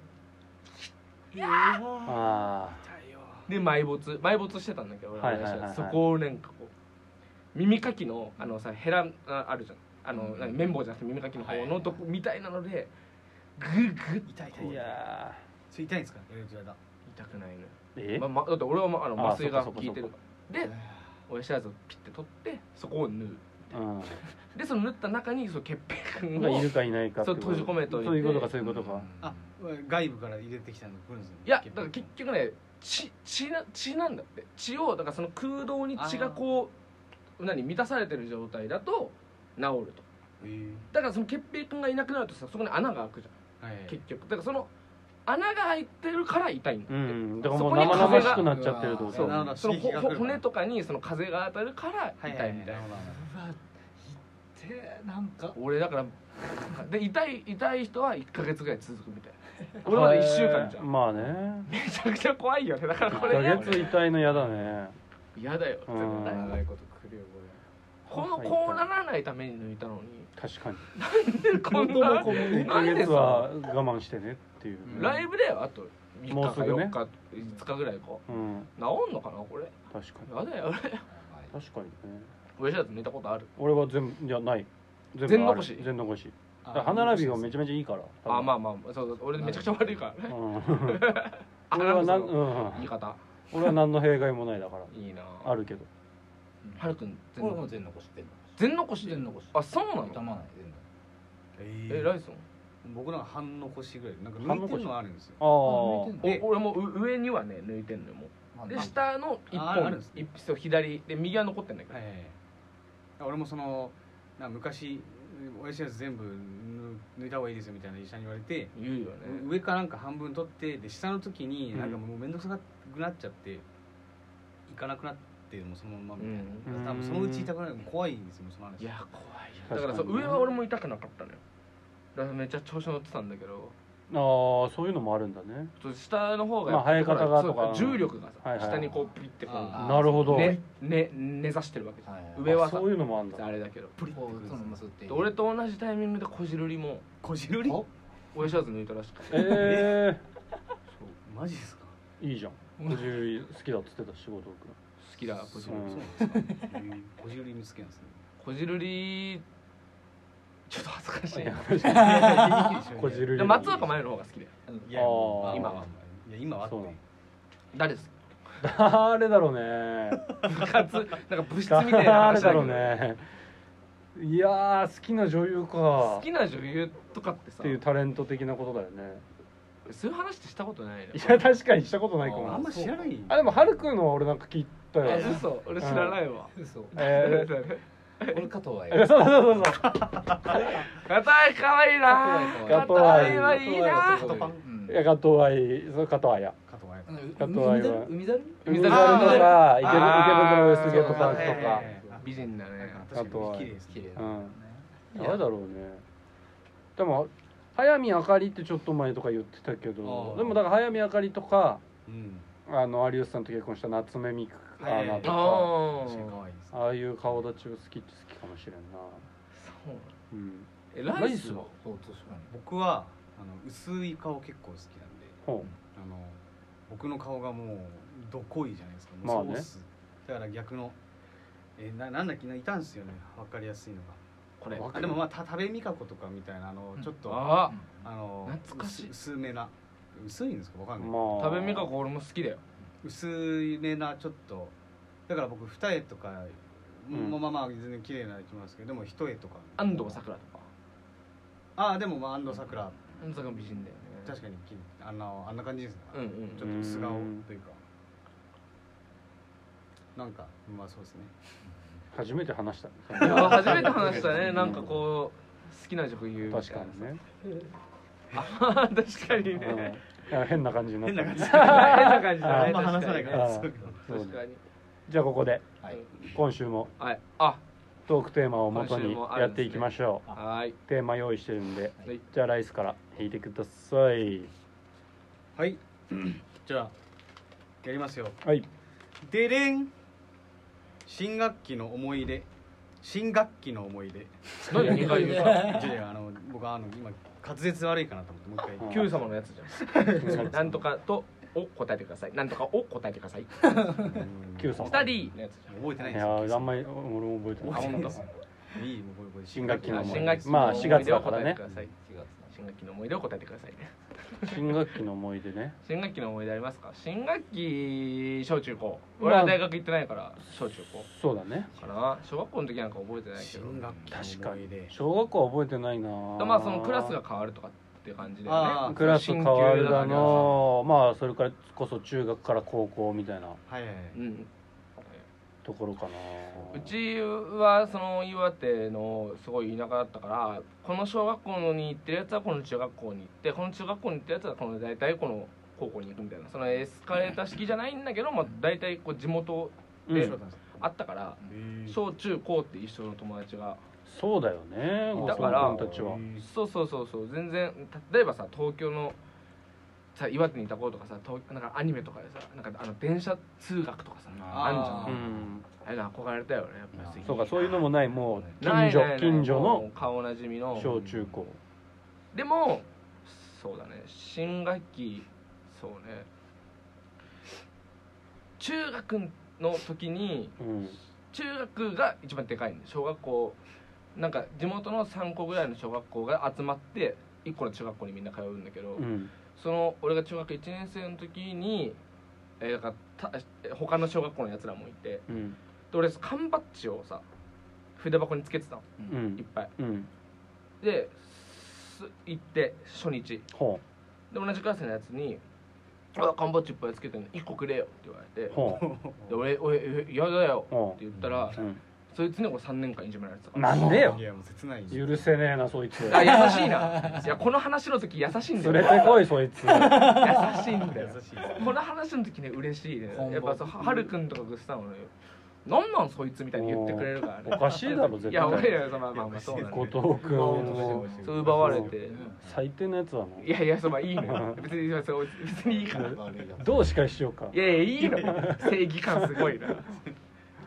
[SPEAKER 4] や
[SPEAKER 3] あ
[SPEAKER 1] で埋没埋没してたんだけど俺は
[SPEAKER 3] はいはいはいはい
[SPEAKER 1] そこをなんかこう耳かきのあのさヘラああるじゃんあの、
[SPEAKER 2] うん
[SPEAKER 1] なんか綿棒じゃなくて耳かきの方のとこみたいなのでグーグー
[SPEAKER 4] 痛い痛
[SPEAKER 3] あ
[SPEAKER 4] い
[SPEAKER 3] いや
[SPEAKER 4] それ痛いんですかやるだ
[SPEAKER 1] 痛くないのよ
[SPEAKER 3] ーえ
[SPEAKER 1] まま、だって俺は、ま、あの
[SPEAKER 3] あ
[SPEAKER 1] 麻酔が
[SPEAKER 3] そっ
[SPEAKER 1] 効
[SPEAKER 3] かそっかそっか
[SPEAKER 1] いてるからで親知らずをピッて取ってそこを縫う
[SPEAKER 3] うん
[SPEAKER 1] でその縫った中にその血片
[SPEAKER 3] が
[SPEAKER 1] を
[SPEAKER 3] いるかいないかってこと
[SPEAKER 1] そう閉じ込めといて
[SPEAKER 3] そういうことかそういうことか、
[SPEAKER 4] あ外部から入れてきたのが来るんですね
[SPEAKER 1] いやだから結局ね血血な血なんだって血をだからその空洞に血がこう何満たされてる状態だと治ると
[SPEAKER 4] へー
[SPEAKER 1] だからその血平君がいなくなるとさそこに穴が開くじゃ
[SPEAKER 4] はい
[SPEAKER 1] ん結局だからその穴が開いてるから痛いんだって、
[SPEAKER 3] うんだからも
[SPEAKER 1] そ
[SPEAKER 3] う
[SPEAKER 1] こに
[SPEAKER 3] 生々しく
[SPEAKER 1] 風
[SPEAKER 3] な
[SPEAKER 2] が
[SPEAKER 3] っちゃってるってこ
[SPEAKER 2] そ
[SPEAKER 3] と
[SPEAKER 2] う
[SPEAKER 3] だね
[SPEAKER 1] そのほほ骨
[SPEAKER 4] と
[SPEAKER 1] とかにその風が当たるから痛
[SPEAKER 4] はい
[SPEAKER 1] いみ
[SPEAKER 4] は
[SPEAKER 1] たいな、
[SPEAKER 4] いなるほど
[SPEAKER 2] うわ痛えなんか
[SPEAKER 1] 俺だからで痛い痛い人は1か月ぐらい続くみたいな俺まだ1週間じゃ
[SPEAKER 3] へー
[SPEAKER 1] ん
[SPEAKER 3] まあね
[SPEAKER 1] めちゃくちゃ怖いよねだからこれ
[SPEAKER 3] 1
[SPEAKER 1] ね
[SPEAKER 3] ヶ月痛いの嫌だね
[SPEAKER 1] 嫌だよ絶
[SPEAKER 3] うん
[SPEAKER 1] 対
[SPEAKER 2] 長いこと来るよ
[SPEAKER 1] このこうならないために抜いたのに
[SPEAKER 3] 確かに
[SPEAKER 1] こんな
[SPEAKER 2] こ
[SPEAKER 3] 1
[SPEAKER 1] な
[SPEAKER 3] ヶ
[SPEAKER 1] んで
[SPEAKER 3] 月
[SPEAKER 1] さ
[SPEAKER 3] は我慢してねっていう
[SPEAKER 2] うん
[SPEAKER 1] ライブだよあと3日
[SPEAKER 3] もうす
[SPEAKER 1] か
[SPEAKER 3] ぐね
[SPEAKER 1] 4日5日ぐらいこう
[SPEAKER 3] うん
[SPEAKER 1] 治んのかなこれ
[SPEAKER 3] 確かに
[SPEAKER 1] やだよ俺
[SPEAKER 3] 確かにね
[SPEAKER 1] 親知らず抜いたことある
[SPEAKER 3] 俺は全部いやない全
[SPEAKER 1] 全
[SPEAKER 3] 部ある
[SPEAKER 1] 残し
[SPEAKER 3] 全残しだ
[SPEAKER 4] な
[SPEAKER 3] から歯並びがめちゃめちゃいいから
[SPEAKER 1] あま
[SPEAKER 3] あ
[SPEAKER 1] あまあそうそう俺めちゃくちゃ悪いからね あ
[SPEAKER 3] 俺は
[SPEAKER 1] な
[SPEAKER 3] な
[SPEAKER 1] んんか
[SPEAKER 3] う
[SPEAKER 1] その
[SPEAKER 3] ん
[SPEAKER 1] 言い方
[SPEAKER 3] 俺は何の弊害もないだから
[SPEAKER 1] いいな
[SPEAKER 3] あるけど
[SPEAKER 1] はるくん全
[SPEAKER 2] 俺も
[SPEAKER 1] 残し
[SPEAKER 2] 全残し全残し
[SPEAKER 1] 全残し
[SPEAKER 2] 全残し
[SPEAKER 1] あそうな
[SPEAKER 2] 痛
[SPEAKER 1] の
[SPEAKER 2] まない全残し
[SPEAKER 1] え
[SPEAKER 4] え
[SPEAKER 1] ライソン
[SPEAKER 4] 僕なんか半残しぐらいなんか抜いてるのはあるんですよ
[SPEAKER 3] ああ
[SPEAKER 2] 抜いてんの
[SPEAKER 4] え
[SPEAKER 1] お俺もう上にはね抜いてんのよも
[SPEAKER 2] まあ
[SPEAKER 1] う
[SPEAKER 2] な
[SPEAKER 1] で
[SPEAKER 2] んか
[SPEAKER 1] 下の一
[SPEAKER 4] ああるん
[SPEAKER 1] 本
[SPEAKER 4] ですね
[SPEAKER 1] 一そう左で右は残ってんだけ
[SPEAKER 4] は
[SPEAKER 1] ど
[SPEAKER 4] いはいはい俺もそのなんか昔親知らず全部抜いた方がいいですよみたいな医者に言われて
[SPEAKER 1] 言うよね
[SPEAKER 4] 上かなんか半分取ってで下の時になんかもう面倒くさくなっちゃって行かなくなってもうそのままみたいな、
[SPEAKER 3] うん
[SPEAKER 4] 多分そのうち痛くなる怖いんですよその話
[SPEAKER 1] いや怖いよ
[SPEAKER 3] 確か
[SPEAKER 1] だか
[SPEAKER 3] に
[SPEAKER 1] らそう上は俺も痛くなかったのよだからめっちゃ調子乗ってたんだけど
[SPEAKER 3] ああそういうのもあるんだね
[SPEAKER 1] ちょっと下の方が
[SPEAKER 3] まあ生え方がとか
[SPEAKER 1] そう重力が
[SPEAKER 3] はい
[SPEAKER 1] さ
[SPEAKER 3] はい
[SPEAKER 1] 下にこうピッてこ
[SPEAKER 2] あ
[SPEAKER 1] う
[SPEAKER 3] なるほど
[SPEAKER 1] ねね根ざしてるわけじ
[SPEAKER 2] はいはい
[SPEAKER 1] 上はさ
[SPEAKER 3] そういうのもあるん
[SPEAKER 1] ゃん
[SPEAKER 3] だ
[SPEAKER 1] あれだけど
[SPEAKER 4] プリッ
[SPEAKER 2] こ
[SPEAKER 4] てくるん
[SPEAKER 2] う
[SPEAKER 4] で
[SPEAKER 2] そ
[SPEAKER 4] すよ
[SPEAKER 2] の結って
[SPEAKER 1] で俺と同じタイミングでこじるりも
[SPEAKER 4] こじるり
[SPEAKER 2] お
[SPEAKER 1] 親知らず抜いたらしくて
[SPEAKER 3] え
[SPEAKER 1] そう
[SPEAKER 4] マジですか
[SPEAKER 3] えいいじ ゃん五十好きだっつってた仕事く
[SPEAKER 1] 好きだこじるり
[SPEAKER 3] うん
[SPEAKER 4] そうなんですか こじるり見つけなんですね
[SPEAKER 1] こじるりちょっと恥ずかし いな
[SPEAKER 3] こじる
[SPEAKER 1] で
[SPEAKER 3] り
[SPEAKER 1] も松岡茉優の方が好きだよ
[SPEAKER 4] いやも
[SPEAKER 3] あー
[SPEAKER 4] う今はいや今はって
[SPEAKER 3] そうなの
[SPEAKER 1] 誰です
[SPEAKER 3] 誰だろうね
[SPEAKER 1] 部活なんか部室みたいな
[SPEAKER 3] 誰
[SPEAKER 1] 話だ
[SPEAKER 3] だ
[SPEAKER 1] け
[SPEAKER 3] ろう
[SPEAKER 1] ど
[SPEAKER 3] ねいやー好きな女優か
[SPEAKER 1] 好きな女優とかって
[SPEAKER 3] っ
[SPEAKER 1] さ
[SPEAKER 3] ていうタレント的なことだよね
[SPEAKER 1] そういう話ってしたことないの
[SPEAKER 3] いや確かにしたことないか
[SPEAKER 4] あ
[SPEAKER 3] も
[SPEAKER 4] んま知らない
[SPEAKER 3] あでもハルくんのは俺なんか聞いたよ
[SPEAKER 1] あ嘘俺知らないわ
[SPEAKER 2] 嘘
[SPEAKER 3] えー
[SPEAKER 2] 俺加藤は
[SPEAKER 3] えそうそうそうそう
[SPEAKER 1] 硬い可愛いな
[SPEAKER 3] 加藤
[SPEAKER 1] 硬
[SPEAKER 3] 愛
[SPEAKER 1] いはいいな
[SPEAKER 2] 加藤は
[SPEAKER 3] そういや加藤愛そう加藤愛や
[SPEAKER 4] 加藤綾香
[SPEAKER 2] うん
[SPEAKER 3] 加藤愛は
[SPEAKER 2] 海だる
[SPEAKER 3] 海猿とか池
[SPEAKER 1] あ
[SPEAKER 3] 袋
[SPEAKER 1] ー
[SPEAKER 3] 池袋ウエストゲートパー
[SPEAKER 1] そう
[SPEAKER 3] クと
[SPEAKER 1] だ
[SPEAKER 3] か
[SPEAKER 1] ね美人だね
[SPEAKER 4] 確かに綺麗です
[SPEAKER 2] 綺麗
[SPEAKER 4] ね
[SPEAKER 2] だ
[SPEAKER 3] うん誰だろうねでも早見あかりってちょっと前とか言ってたけ
[SPEAKER 4] あ
[SPEAKER 3] ど
[SPEAKER 4] ー
[SPEAKER 3] でもだから早見あかりとか
[SPEAKER 4] うん
[SPEAKER 3] あの有吉さんと結婚した夏目三久ア
[SPEAKER 4] はい
[SPEAKER 3] ナと
[SPEAKER 1] あ
[SPEAKER 3] か
[SPEAKER 1] あ
[SPEAKER 4] 確かに可愛いです
[SPEAKER 3] ああいう顔立ちを好きっちゃ好きかもしれんなうん
[SPEAKER 1] え
[SPEAKER 3] ラ
[SPEAKER 1] ラ
[SPEAKER 3] イ
[SPEAKER 1] イ
[SPEAKER 3] ス
[SPEAKER 1] ス
[SPEAKER 3] は
[SPEAKER 1] は
[SPEAKER 2] そう確かに
[SPEAKER 4] 僕はあの薄い顔結構好きなんで
[SPEAKER 3] ほ
[SPEAKER 4] あの僕の顔がもうどこいじゃないですか
[SPEAKER 3] まあ
[SPEAKER 4] もう
[SPEAKER 3] ね
[SPEAKER 4] ソースだから逆のえーななんだっけないたんですよねわかりやすいの
[SPEAKER 1] これ
[SPEAKER 3] わ
[SPEAKER 4] があでもまあた食べみかことかみたいなあの
[SPEAKER 2] うん
[SPEAKER 4] ちょっと
[SPEAKER 1] あ
[SPEAKER 4] あの
[SPEAKER 1] 懐かしい
[SPEAKER 4] 薄薄めな薄いんですかわかんない、
[SPEAKER 3] まあ
[SPEAKER 1] 食べみかこ俺も好きだよ
[SPEAKER 4] 薄めなちょっとだから僕二重とか
[SPEAKER 3] うん
[SPEAKER 4] もまあまあ全然綺麗なのいきますけど、でも一重とか
[SPEAKER 1] 安藤サクラとか
[SPEAKER 4] ああでもまあ安藤サクラ
[SPEAKER 1] 安藤サクラ美人だよね
[SPEAKER 4] 確かに綺麗あんなあんな感じですね、
[SPEAKER 1] うん
[SPEAKER 4] ちょっと薄顔というかなんかまあそうですね
[SPEAKER 3] 初めて話した
[SPEAKER 1] うんい や 初めて話したねなんかこう好きな職業みたいな
[SPEAKER 3] 確かにね
[SPEAKER 1] あー確かに
[SPEAKER 3] うん
[SPEAKER 1] ね
[SPEAKER 3] いや変な感じになった
[SPEAKER 4] 変な感じ
[SPEAKER 1] 変 な感じだ
[SPEAKER 4] あ
[SPEAKER 1] ね
[SPEAKER 4] んま話さないから
[SPEAKER 3] あー
[SPEAKER 4] そういうの
[SPEAKER 3] そうね
[SPEAKER 1] 確かに
[SPEAKER 3] じゃあここで
[SPEAKER 2] はい
[SPEAKER 3] 今週も
[SPEAKER 1] はいあ
[SPEAKER 3] トークテーマを元
[SPEAKER 1] 今
[SPEAKER 3] に
[SPEAKER 1] 週もあ
[SPEAKER 3] や
[SPEAKER 1] る
[SPEAKER 3] っ
[SPEAKER 1] んです
[SPEAKER 3] て
[SPEAKER 1] ね
[SPEAKER 3] いきましょう、
[SPEAKER 1] はい
[SPEAKER 3] テーマ用意してるんで
[SPEAKER 1] はい
[SPEAKER 3] じゃあライスから引いてください
[SPEAKER 4] はい じゃあやりますよ
[SPEAKER 3] はい
[SPEAKER 4] でれん新学期の思い出新学期の思 い出
[SPEAKER 1] 何2回言うた
[SPEAKER 4] じゃああの僕あの今滑舌悪いかなと思ってもう
[SPEAKER 1] 「
[SPEAKER 4] 一回
[SPEAKER 1] Q 様のやつじゃん」なんとかと「を答えてください」「なんとかを答えてください」「
[SPEAKER 3] Q さん
[SPEAKER 1] スタディ」のやつじゃん
[SPEAKER 4] 覚えてない
[SPEAKER 3] い
[SPEAKER 4] んで
[SPEAKER 3] やーあんまり俺も覚えて
[SPEAKER 1] あ
[SPEAKER 3] な い
[SPEAKER 1] 本当
[SPEAKER 4] いいもうこれこれ
[SPEAKER 3] 新学期の思い出
[SPEAKER 1] 新学期
[SPEAKER 3] ま
[SPEAKER 1] の
[SPEAKER 3] あ
[SPEAKER 1] 思
[SPEAKER 3] 4
[SPEAKER 1] い出
[SPEAKER 3] 月
[SPEAKER 1] を
[SPEAKER 3] だか
[SPEAKER 1] 答
[SPEAKER 3] ら
[SPEAKER 1] えて
[SPEAKER 3] ね
[SPEAKER 1] ください
[SPEAKER 2] 4月
[SPEAKER 1] 新学期の思い出を答えてくださいね
[SPEAKER 3] 新学期の思い出ね
[SPEAKER 1] 新学期の思い出ありますか新学期小中高俺は
[SPEAKER 3] まあ
[SPEAKER 1] 大学行ってないから小中高
[SPEAKER 3] そうだね
[SPEAKER 1] かな小学校の時なんか覚えてないけど
[SPEAKER 4] 新学期の思い出
[SPEAKER 3] 小学校は覚えてないなー
[SPEAKER 1] まあそのクラスが変わるとかっていう感じだよ
[SPEAKER 4] あ
[SPEAKER 1] ね
[SPEAKER 4] ー
[SPEAKER 3] クラス変わる
[SPEAKER 1] 新旧
[SPEAKER 3] だ
[SPEAKER 1] からさ
[SPEAKER 3] のまあそれからこそ中学から高校みたいな
[SPEAKER 4] はいはいはい
[SPEAKER 1] うん
[SPEAKER 3] ところかな
[SPEAKER 1] うちはその岩手のすごい田舎だったからこの小学校に行ってるやつはこの中学校に行ってこの中学校に行ってるやつはこの大体この高校に行くみたいなそのエスカレーター式じゃないんだけど、まあ、大体こう地元
[SPEAKER 3] うん
[SPEAKER 1] で
[SPEAKER 4] そうなんです
[SPEAKER 1] あったから小中高って一緒の友達が
[SPEAKER 3] そうだよね
[SPEAKER 1] だから
[SPEAKER 3] お父さんたちは
[SPEAKER 1] そうそうそうそう全然例えばさ東京のさ岩手にいた子とかさ東なんかアニメとかでさなんかあの電車通学とかさあ
[SPEAKER 4] あ
[SPEAKER 1] ん
[SPEAKER 4] ー
[SPEAKER 1] じゃん
[SPEAKER 3] うん
[SPEAKER 1] あれの憧れたよねやっぱり
[SPEAKER 3] そうかそういうのもないもう
[SPEAKER 1] な
[SPEAKER 3] 近
[SPEAKER 1] いないな
[SPEAKER 3] 所
[SPEAKER 1] い
[SPEAKER 3] 近所
[SPEAKER 1] も
[SPEAKER 3] の
[SPEAKER 1] う顔なじみの
[SPEAKER 3] 小中高
[SPEAKER 1] でもそうだね新学期そうね中学の時に
[SPEAKER 3] うん
[SPEAKER 1] 中学が一番でかいんで小学校なんか地元の3個ぐらいの小学校が集まって1個の中学校にみんな通うんだけど、
[SPEAKER 3] うん
[SPEAKER 1] その俺が中学1年生の時に、えー、だからたえ他の小学校のやつらもいてで
[SPEAKER 3] うん
[SPEAKER 1] 俺缶バッジをさ筆箱につけてたの
[SPEAKER 3] う
[SPEAKER 1] いっ
[SPEAKER 3] ん
[SPEAKER 1] ぱい
[SPEAKER 3] うん
[SPEAKER 1] でス行って初日
[SPEAKER 3] ほ
[SPEAKER 1] で同じクラスのやつに「あ缶バッジいっぱいつけてるの1個くれよ」って言われ
[SPEAKER 3] う
[SPEAKER 1] て
[SPEAKER 3] ほ
[SPEAKER 1] 「で俺俺え嫌だよ」
[SPEAKER 3] ほ
[SPEAKER 1] って言ったら
[SPEAKER 3] う、うん、
[SPEAKER 1] そいつに俺3年間いじめられてたから
[SPEAKER 3] なんでよ
[SPEAKER 4] いやもう切ないよ
[SPEAKER 3] 許せねえなそいつ
[SPEAKER 1] あ優しいないやこの話の時優しいんだ
[SPEAKER 3] 連
[SPEAKER 1] よ
[SPEAKER 3] れてこいそいつ
[SPEAKER 1] 優しいんだよ
[SPEAKER 4] 優しい
[SPEAKER 1] この話の時ね嬉しいね
[SPEAKER 2] 今後
[SPEAKER 1] やっぱそうはるくんとかグスタンのなんなんそいつみたいに言ってくれるからね
[SPEAKER 3] おかしいだろ絶対
[SPEAKER 1] いや俺らそのまあまあそうなんだ
[SPEAKER 3] 後
[SPEAKER 1] よ
[SPEAKER 3] 藤君を
[SPEAKER 1] そう奪われて
[SPEAKER 3] 最低なやつだもん
[SPEAKER 1] いやいやそうまあいいの よ別にそう別にいいからい
[SPEAKER 3] どうしかしようか
[SPEAKER 1] やいやいいの よ正義感すごいな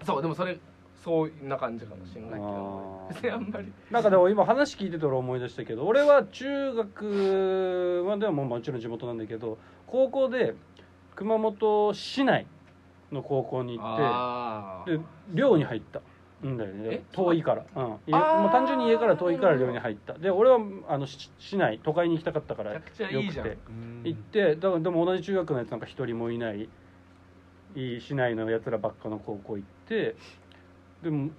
[SPEAKER 1] そうでもそれそんな感じかもしれないけど
[SPEAKER 3] あー
[SPEAKER 1] 別にあんまり
[SPEAKER 3] なんかでも今話聞いてたら思い出したけど俺は中学まではもうもちろん地元なんだけど高校で熊本市内の高校に行
[SPEAKER 1] あ
[SPEAKER 3] ってで寮に入ったんだよね
[SPEAKER 1] え
[SPEAKER 3] 遠いから、うん、い
[SPEAKER 1] あー
[SPEAKER 3] もう単純に家から遠いから
[SPEAKER 1] なるほど
[SPEAKER 3] 寮に入ったで俺はあのし市内都会に行きたかったか
[SPEAKER 1] あ
[SPEAKER 3] ら
[SPEAKER 1] めちゃ
[SPEAKER 3] よ
[SPEAKER 1] くちゃい
[SPEAKER 3] く
[SPEAKER 1] いじゃん
[SPEAKER 3] て行ってだからでも同じ中学のやつなんか一人もいないいい市内のやつらばっかの高校行ってでも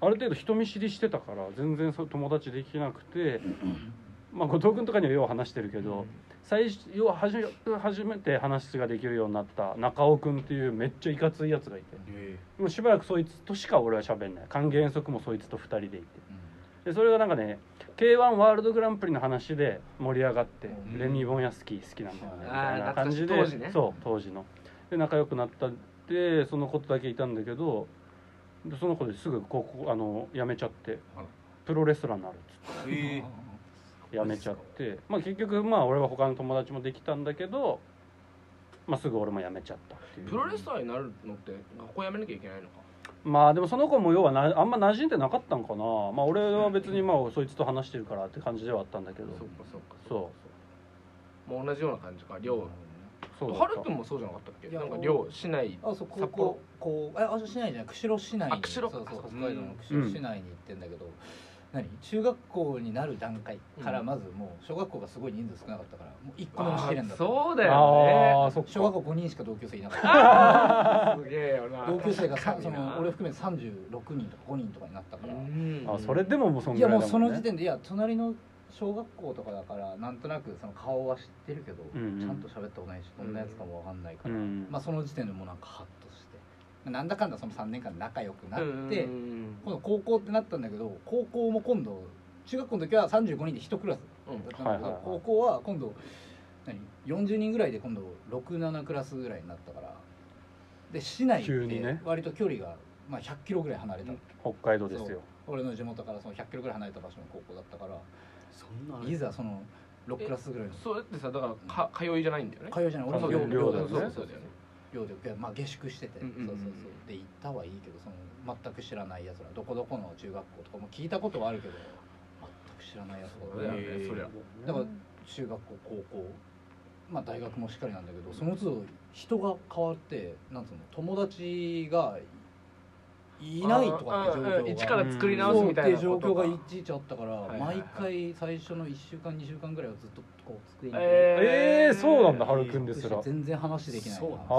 [SPEAKER 3] ある程度人見知りしてたから全然そう友達できなくてまあ後藤君とかにはよう話してるけど、最初よう初め初めて話ができるようになった中尾君っていうめっちゃいかついやつがいてもうしばらくそいつとしか俺は喋んない還元則もそいつと2人でいてでそれがなんかね k 1ワールドグランプリの話で盛り上がって、
[SPEAKER 2] うん
[SPEAKER 3] レニー・ボンヤスキー好きなんだよねみ
[SPEAKER 1] あー
[SPEAKER 3] たいな感じで
[SPEAKER 1] 懐かしい当時ね
[SPEAKER 3] そう当時ので仲良くなったってその子とだけいたんだけどでその子ですぐ高校あの辞めちゃって
[SPEAKER 2] あら
[SPEAKER 3] プロレスラーになるっつって
[SPEAKER 4] え
[SPEAKER 3] 辞めちゃって、まあ、結局まあ俺は他の友達もできたんだけど、まあ、すぐ俺も辞めちゃったっていう
[SPEAKER 1] プロレスラーになるのって学校やめなきゃいけないのか
[SPEAKER 3] まあでもその子も要はなあんま馴染んでなかったんかなまあ俺は別にまあそいつと話してるからって感じではあったんだけど
[SPEAKER 1] そっかそっか
[SPEAKER 3] そう
[SPEAKER 1] もう同じような感じか寮
[SPEAKER 3] そうだった
[SPEAKER 1] はるくんもそうじゃなかったっけ
[SPEAKER 2] いや
[SPEAKER 1] なんか寮市内
[SPEAKER 2] あそう高
[SPEAKER 1] 札幌
[SPEAKER 2] 校こうえあそう市内じゃない釧路市内に
[SPEAKER 1] あ釧路
[SPEAKER 2] そうそう
[SPEAKER 1] あそう
[SPEAKER 2] 北海道の釧路市内に行ってんだけど、何中学校になる段階から
[SPEAKER 1] うん
[SPEAKER 2] まずもう小学校がすごい人数少なかったからもう1個目の試験
[SPEAKER 1] あ
[SPEAKER 2] だ
[SPEAKER 1] ー
[SPEAKER 2] った
[SPEAKER 1] そうだ
[SPEAKER 3] あ
[SPEAKER 1] よ
[SPEAKER 3] あそっ
[SPEAKER 2] 小学
[SPEAKER 3] か
[SPEAKER 2] 校5人しか同級生いなかった
[SPEAKER 1] ねすげえよな
[SPEAKER 2] 同級生がさ
[SPEAKER 1] 確か
[SPEAKER 2] そ
[SPEAKER 1] に
[SPEAKER 2] の
[SPEAKER 1] な
[SPEAKER 2] 俺含め36人とか5人とかになったから、
[SPEAKER 1] うん
[SPEAKER 3] あそれでももうそん
[SPEAKER 2] い
[SPEAKER 3] ぐ
[SPEAKER 2] や
[SPEAKER 3] らいだも
[SPEAKER 2] も
[SPEAKER 3] ん
[SPEAKER 2] う
[SPEAKER 3] ね
[SPEAKER 2] その時点でいや隣の小学校とかだからなんとなくその顔は知ってるけど、
[SPEAKER 3] うんうん
[SPEAKER 2] ちゃんと喋ったことないしどんなやつかもわかんないから、
[SPEAKER 3] うん
[SPEAKER 2] まあその時点でもうなんかハッとしてなんだかんだその3年間仲良くなって、
[SPEAKER 1] うん
[SPEAKER 2] 今度高校ってなったんだけど高校も今度中学校の時は35人で1クラスだったんだ
[SPEAKER 3] はい
[SPEAKER 2] け
[SPEAKER 3] はいはい
[SPEAKER 2] ど高校は今度何40人ぐらいで今度67クラスぐらいになったからで市内っ
[SPEAKER 3] 急に
[SPEAKER 2] て
[SPEAKER 3] ね
[SPEAKER 2] 割と距離が、まあ、100キロぐらい離れた、
[SPEAKER 1] うん
[SPEAKER 3] 北海道ですよ
[SPEAKER 2] 俺の地元からその100キロぐらい離れた場所の高校だったから
[SPEAKER 4] そんなの
[SPEAKER 2] いざその6クラスぐらいの
[SPEAKER 1] それってさだからか通いじゃないんだよね
[SPEAKER 2] 通いじゃない俺
[SPEAKER 3] そう
[SPEAKER 2] の
[SPEAKER 3] そう
[SPEAKER 2] 寮
[SPEAKER 3] 寮
[SPEAKER 2] 寮
[SPEAKER 3] だよ
[SPEAKER 2] だよ
[SPEAKER 3] ね
[SPEAKER 2] そう
[SPEAKER 1] そ
[SPEAKER 2] そうう
[SPEAKER 1] だよね
[SPEAKER 2] 寮でまあ下宿してて、
[SPEAKER 1] うんうんうん
[SPEAKER 2] そうそうそうで行ったはいいけどその全く知らないやつらどこどこの中学校とかも聞いたことはあるけど全く知らないやつ
[SPEAKER 1] そう
[SPEAKER 2] ら
[SPEAKER 1] だ
[SPEAKER 2] だ
[SPEAKER 1] よ
[SPEAKER 2] か
[SPEAKER 1] ね
[SPEAKER 2] ら
[SPEAKER 1] そりゃ
[SPEAKER 2] だから中学校高校まあ大学もしっかりなんだけどその都度人が変わってなんつうの友達がいないとかって状
[SPEAKER 1] あーあー
[SPEAKER 2] 況
[SPEAKER 1] 一
[SPEAKER 2] が
[SPEAKER 1] から作り直すみたいな
[SPEAKER 2] そ
[SPEAKER 1] こ
[SPEAKER 2] うって状
[SPEAKER 1] と
[SPEAKER 2] 況が
[SPEAKER 1] か
[SPEAKER 2] いちいちあったから、
[SPEAKER 1] はいはいはい
[SPEAKER 2] 毎回最初の1週間2週間ぐらいはずっとこう机に、
[SPEAKER 3] えーそうなんだ
[SPEAKER 4] は
[SPEAKER 3] ハルくんですらは
[SPEAKER 2] 全然話できないな
[SPEAKER 4] そう
[SPEAKER 2] で
[SPEAKER 4] なん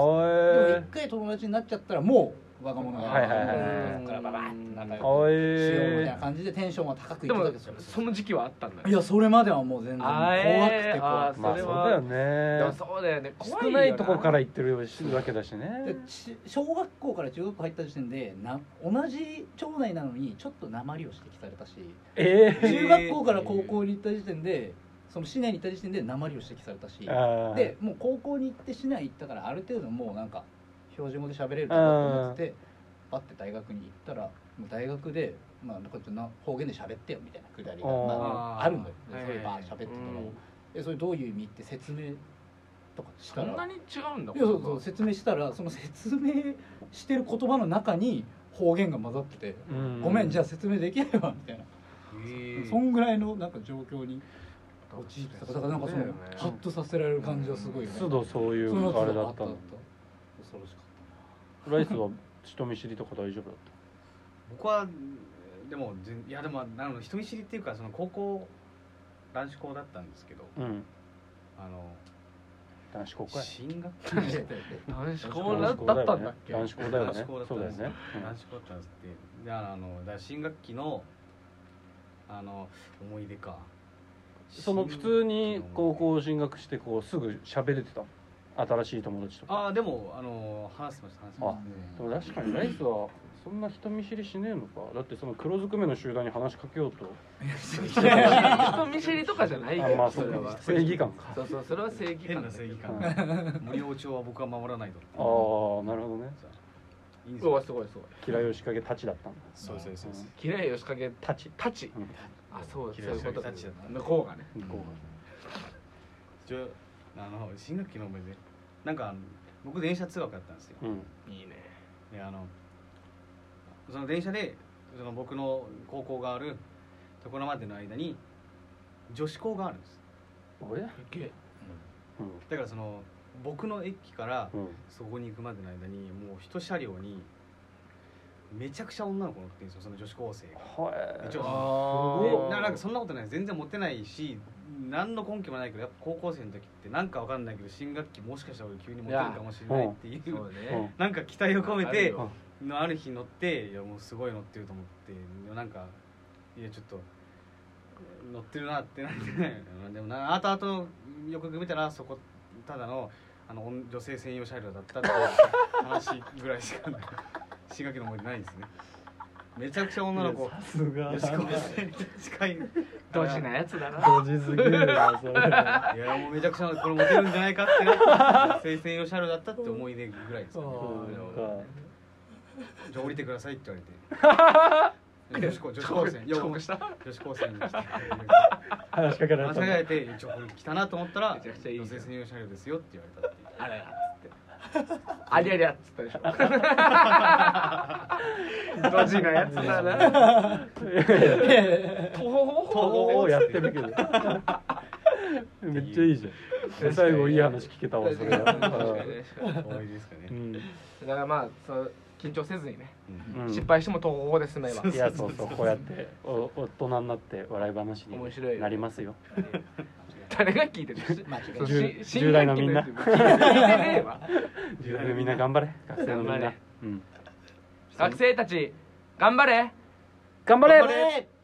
[SPEAKER 2] も
[SPEAKER 4] だ
[SPEAKER 3] い
[SPEAKER 2] 一回友達になっちゃったらもう若者が、
[SPEAKER 3] はいはいはい
[SPEAKER 1] はい
[SPEAKER 2] そっからババーって仲良
[SPEAKER 3] は
[SPEAKER 2] くしようみたいない感じでテンションは高くい
[SPEAKER 1] で
[SPEAKER 2] って
[SPEAKER 1] も
[SPEAKER 2] たけど
[SPEAKER 1] その時期はあったんだ
[SPEAKER 2] い
[SPEAKER 1] よ
[SPEAKER 2] やそれまではもう全然怖
[SPEAKER 1] あー
[SPEAKER 2] く
[SPEAKER 1] え
[SPEAKER 2] て
[SPEAKER 1] ーあー
[SPEAKER 2] 怖くて
[SPEAKER 3] まあ
[SPEAKER 1] それ
[SPEAKER 3] そう
[SPEAKER 1] は
[SPEAKER 3] だよ
[SPEAKER 1] でも
[SPEAKER 3] ね
[SPEAKER 1] そうだよね怖
[SPEAKER 3] 少
[SPEAKER 1] よ
[SPEAKER 3] ないとこから行ってるわけだし
[SPEAKER 2] で
[SPEAKER 3] ね
[SPEAKER 2] ち小学校から中学校入った時点でな同じ町内なのにちょっと鉛を指摘されたし
[SPEAKER 3] え
[SPEAKER 4] へー
[SPEAKER 2] 中学校から高校に行った時点でその市内に行った時点で鉛を指摘されたし
[SPEAKER 3] えあー
[SPEAKER 2] でもう高校に行って市内行ったからある程度もうなんか標準語で喋れるかなと思っててバッて大学に行ったらもう大学で、まあ、こっちの方言で喋ってよみたいなくだりが
[SPEAKER 3] あー
[SPEAKER 2] まあ、あるのよ
[SPEAKER 4] はい
[SPEAKER 2] そ
[SPEAKER 4] は
[SPEAKER 2] うい
[SPEAKER 4] いうは
[SPEAKER 2] バ
[SPEAKER 4] い
[SPEAKER 2] ー喋って
[SPEAKER 1] う
[SPEAKER 2] たら、
[SPEAKER 1] ん
[SPEAKER 2] えそれどういう意味って説明とかした
[SPEAKER 1] そ
[SPEAKER 2] ら
[SPEAKER 1] んなに違うんだ
[SPEAKER 2] いやそうそう説明したらその説明してる言葉の中に方言が混ざってて
[SPEAKER 3] う
[SPEAKER 2] 「ごめんじゃあ説明できないわ」みたいな、そんぐらいのなんか状況に陥ってたからだからなんかその
[SPEAKER 1] そうだよね
[SPEAKER 2] ハッとさせられる感じはすごいよね
[SPEAKER 3] 都度そうい
[SPEAKER 2] その
[SPEAKER 3] う
[SPEAKER 2] 都
[SPEAKER 3] あれ
[SPEAKER 2] 度
[SPEAKER 3] だ
[SPEAKER 2] あ
[SPEAKER 3] っ
[SPEAKER 2] っ
[SPEAKER 3] たた
[SPEAKER 2] あっ
[SPEAKER 3] の
[SPEAKER 2] た恐ろしか
[SPEAKER 3] ライスは人見知りとか大丈夫だっ
[SPEAKER 4] 僕はでもぜんいやでもなの人見知りっていうかその高校男子校だったんですけど
[SPEAKER 3] たうん
[SPEAKER 4] あの
[SPEAKER 3] 男子校かい
[SPEAKER 4] 進 学
[SPEAKER 2] った
[SPEAKER 1] 男子校だ
[SPEAKER 3] 男
[SPEAKER 1] っ
[SPEAKER 3] 子校だ
[SPEAKER 1] た
[SPEAKER 3] よ
[SPEAKER 1] ん だっ
[SPEAKER 3] ね
[SPEAKER 1] け
[SPEAKER 3] 男子校だよ
[SPEAKER 4] 男
[SPEAKER 3] ね
[SPEAKER 4] 子校だった
[SPEAKER 3] そ
[SPEAKER 4] ん
[SPEAKER 3] うだよ
[SPEAKER 4] です
[SPEAKER 3] ね
[SPEAKER 4] 男子校だったんですってであのだから新学期のあの思い出か
[SPEAKER 3] うんその普通に高校進学してこうすぐ喋れてた新しい友達とか
[SPEAKER 4] ああでもあの話してました話してまし
[SPEAKER 3] でも確かにライスはそんな人見知りしねえのかだってその黒ずくめの集団に話しかけようと
[SPEAKER 1] 人見知りとかじゃないけ
[SPEAKER 3] あまあ
[SPEAKER 1] ど
[SPEAKER 3] そ
[SPEAKER 1] そうれ
[SPEAKER 3] か
[SPEAKER 1] は
[SPEAKER 3] 正義感か
[SPEAKER 1] そうそうそれは正
[SPEAKER 4] た
[SPEAKER 1] 義
[SPEAKER 4] 変
[SPEAKER 1] 感
[SPEAKER 4] な
[SPEAKER 1] だけ
[SPEAKER 4] 正
[SPEAKER 1] ど
[SPEAKER 4] 義
[SPEAKER 3] うんああ
[SPEAKER 4] 感森王朝は僕は守らないと
[SPEAKER 3] なるほどね
[SPEAKER 4] いいんです
[SPEAKER 1] うわ
[SPEAKER 4] よ
[SPEAKER 1] すごいすごい
[SPEAKER 3] 嫌いを仕掛けたちだったんだ
[SPEAKER 4] そうそうそうそう
[SPEAKER 1] 綺麗よ仕掛け
[SPEAKER 3] たち
[SPEAKER 1] タチ
[SPEAKER 3] うん
[SPEAKER 1] あそうそう
[SPEAKER 4] 綺麗
[SPEAKER 1] い
[SPEAKER 4] よ
[SPEAKER 1] う
[SPEAKER 4] 仕
[SPEAKER 1] こ
[SPEAKER 4] 掛
[SPEAKER 1] とか
[SPEAKER 4] けタチだった
[SPEAKER 1] 向こうがね
[SPEAKER 3] 向こ
[SPEAKER 4] じゃあの新学期の思い出なんかあの僕電車通学だったんですよ
[SPEAKER 3] うがうん
[SPEAKER 1] いいね
[SPEAKER 4] であのその電車でその僕の高校があるところまでの間に女子校があるんです
[SPEAKER 3] 俺うん
[SPEAKER 1] ゲ
[SPEAKER 4] だからその僕の駅から
[SPEAKER 3] うん
[SPEAKER 4] そこに行くまでの間にもう一車両にめちゃくちゃ女の子乗ってるんですよその女子高生が
[SPEAKER 3] は
[SPEAKER 4] 一応
[SPEAKER 1] あ
[SPEAKER 4] でななんかそんなことない全然モテないし何の根拠もないけどやっぱ高校生の時ってなんかわかんないけど新学期もしかしたら俺急にモテるかもしれないっていう
[SPEAKER 1] そうね
[SPEAKER 4] なんか期待を込め
[SPEAKER 1] ある
[SPEAKER 4] て
[SPEAKER 1] よ
[SPEAKER 4] のある日乗っていやもうすごい乗ってると思ってなんかいやちょっと乗ってるなってなって でもな後々よくよく見たらそこただのあの女女性専用車両だったっていう話ぐらいしか ない新学期の思い出ないですねめちゃくちゃ女の
[SPEAKER 3] い
[SPEAKER 4] 子
[SPEAKER 3] やさすが
[SPEAKER 4] 女子 高生に近い
[SPEAKER 1] ドジなやつだな
[SPEAKER 3] ドジすぎるなそれ はい
[SPEAKER 4] やもうめちゃくちゃこれモテるんじゃないかってなって女性専用車両だったって思い出ぐらいですね
[SPEAKER 2] そう
[SPEAKER 3] か
[SPEAKER 4] じゃあ降りてくださいって言われ て女子高女子
[SPEAKER 1] 遅
[SPEAKER 4] 高
[SPEAKER 1] 刻
[SPEAKER 4] 生
[SPEAKER 1] 遅刻した
[SPEAKER 4] 女子高生 に来て
[SPEAKER 3] 話しかけられた
[SPEAKER 4] 話し
[SPEAKER 3] ん
[SPEAKER 4] かけら
[SPEAKER 3] だ
[SPEAKER 4] れて「ちょこれ来たな」と思ったら「
[SPEAKER 1] めちゃくちゃいいじゃん
[SPEAKER 4] 女性専用車両ですよ」って言われたっていう
[SPEAKER 1] あれやつってありゃりゃっつったで しょドジなやつだな とほほ
[SPEAKER 3] を
[SPEAKER 1] ほ
[SPEAKER 3] やってるけど めっちゃいいじゃん最後いい話聞けたわそれ
[SPEAKER 1] 確かに確かに
[SPEAKER 3] は
[SPEAKER 1] 確かに
[SPEAKER 4] 終わりですかね
[SPEAKER 3] うん
[SPEAKER 1] だからまあそう緊張せずにね、
[SPEAKER 4] うん
[SPEAKER 3] うん
[SPEAKER 1] 失敗しても途方で済めば
[SPEAKER 3] いやそうそうこうやってお大人になって笑い話
[SPEAKER 1] 面白い
[SPEAKER 3] に
[SPEAKER 1] よ
[SPEAKER 3] なりますよ
[SPEAKER 1] 誰が聞いてる
[SPEAKER 2] 間違い
[SPEAKER 1] そ
[SPEAKER 2] な
[SPEAKER 1] う
[SPEAKER 2] い
[SPEAKER 3] じゅ
[SPEAKER 1] し
[SPEAKER 3] 10代のみんな
[SPEAKER 1] 新学期のやつ聞いてねえわ
[SPEAKER 3] 10代のみんな頑張れ学生のみん
[SPEAKER 1] 頑張
[SPEAKER 3] な
[SPEAKER 1] れ、
[SPEAKER 3] うん、
[SPEAKER 1] 学生たち頑張れ
[SPEAKER 3] 頑張れ
[SPEAKER 2] 頑張れ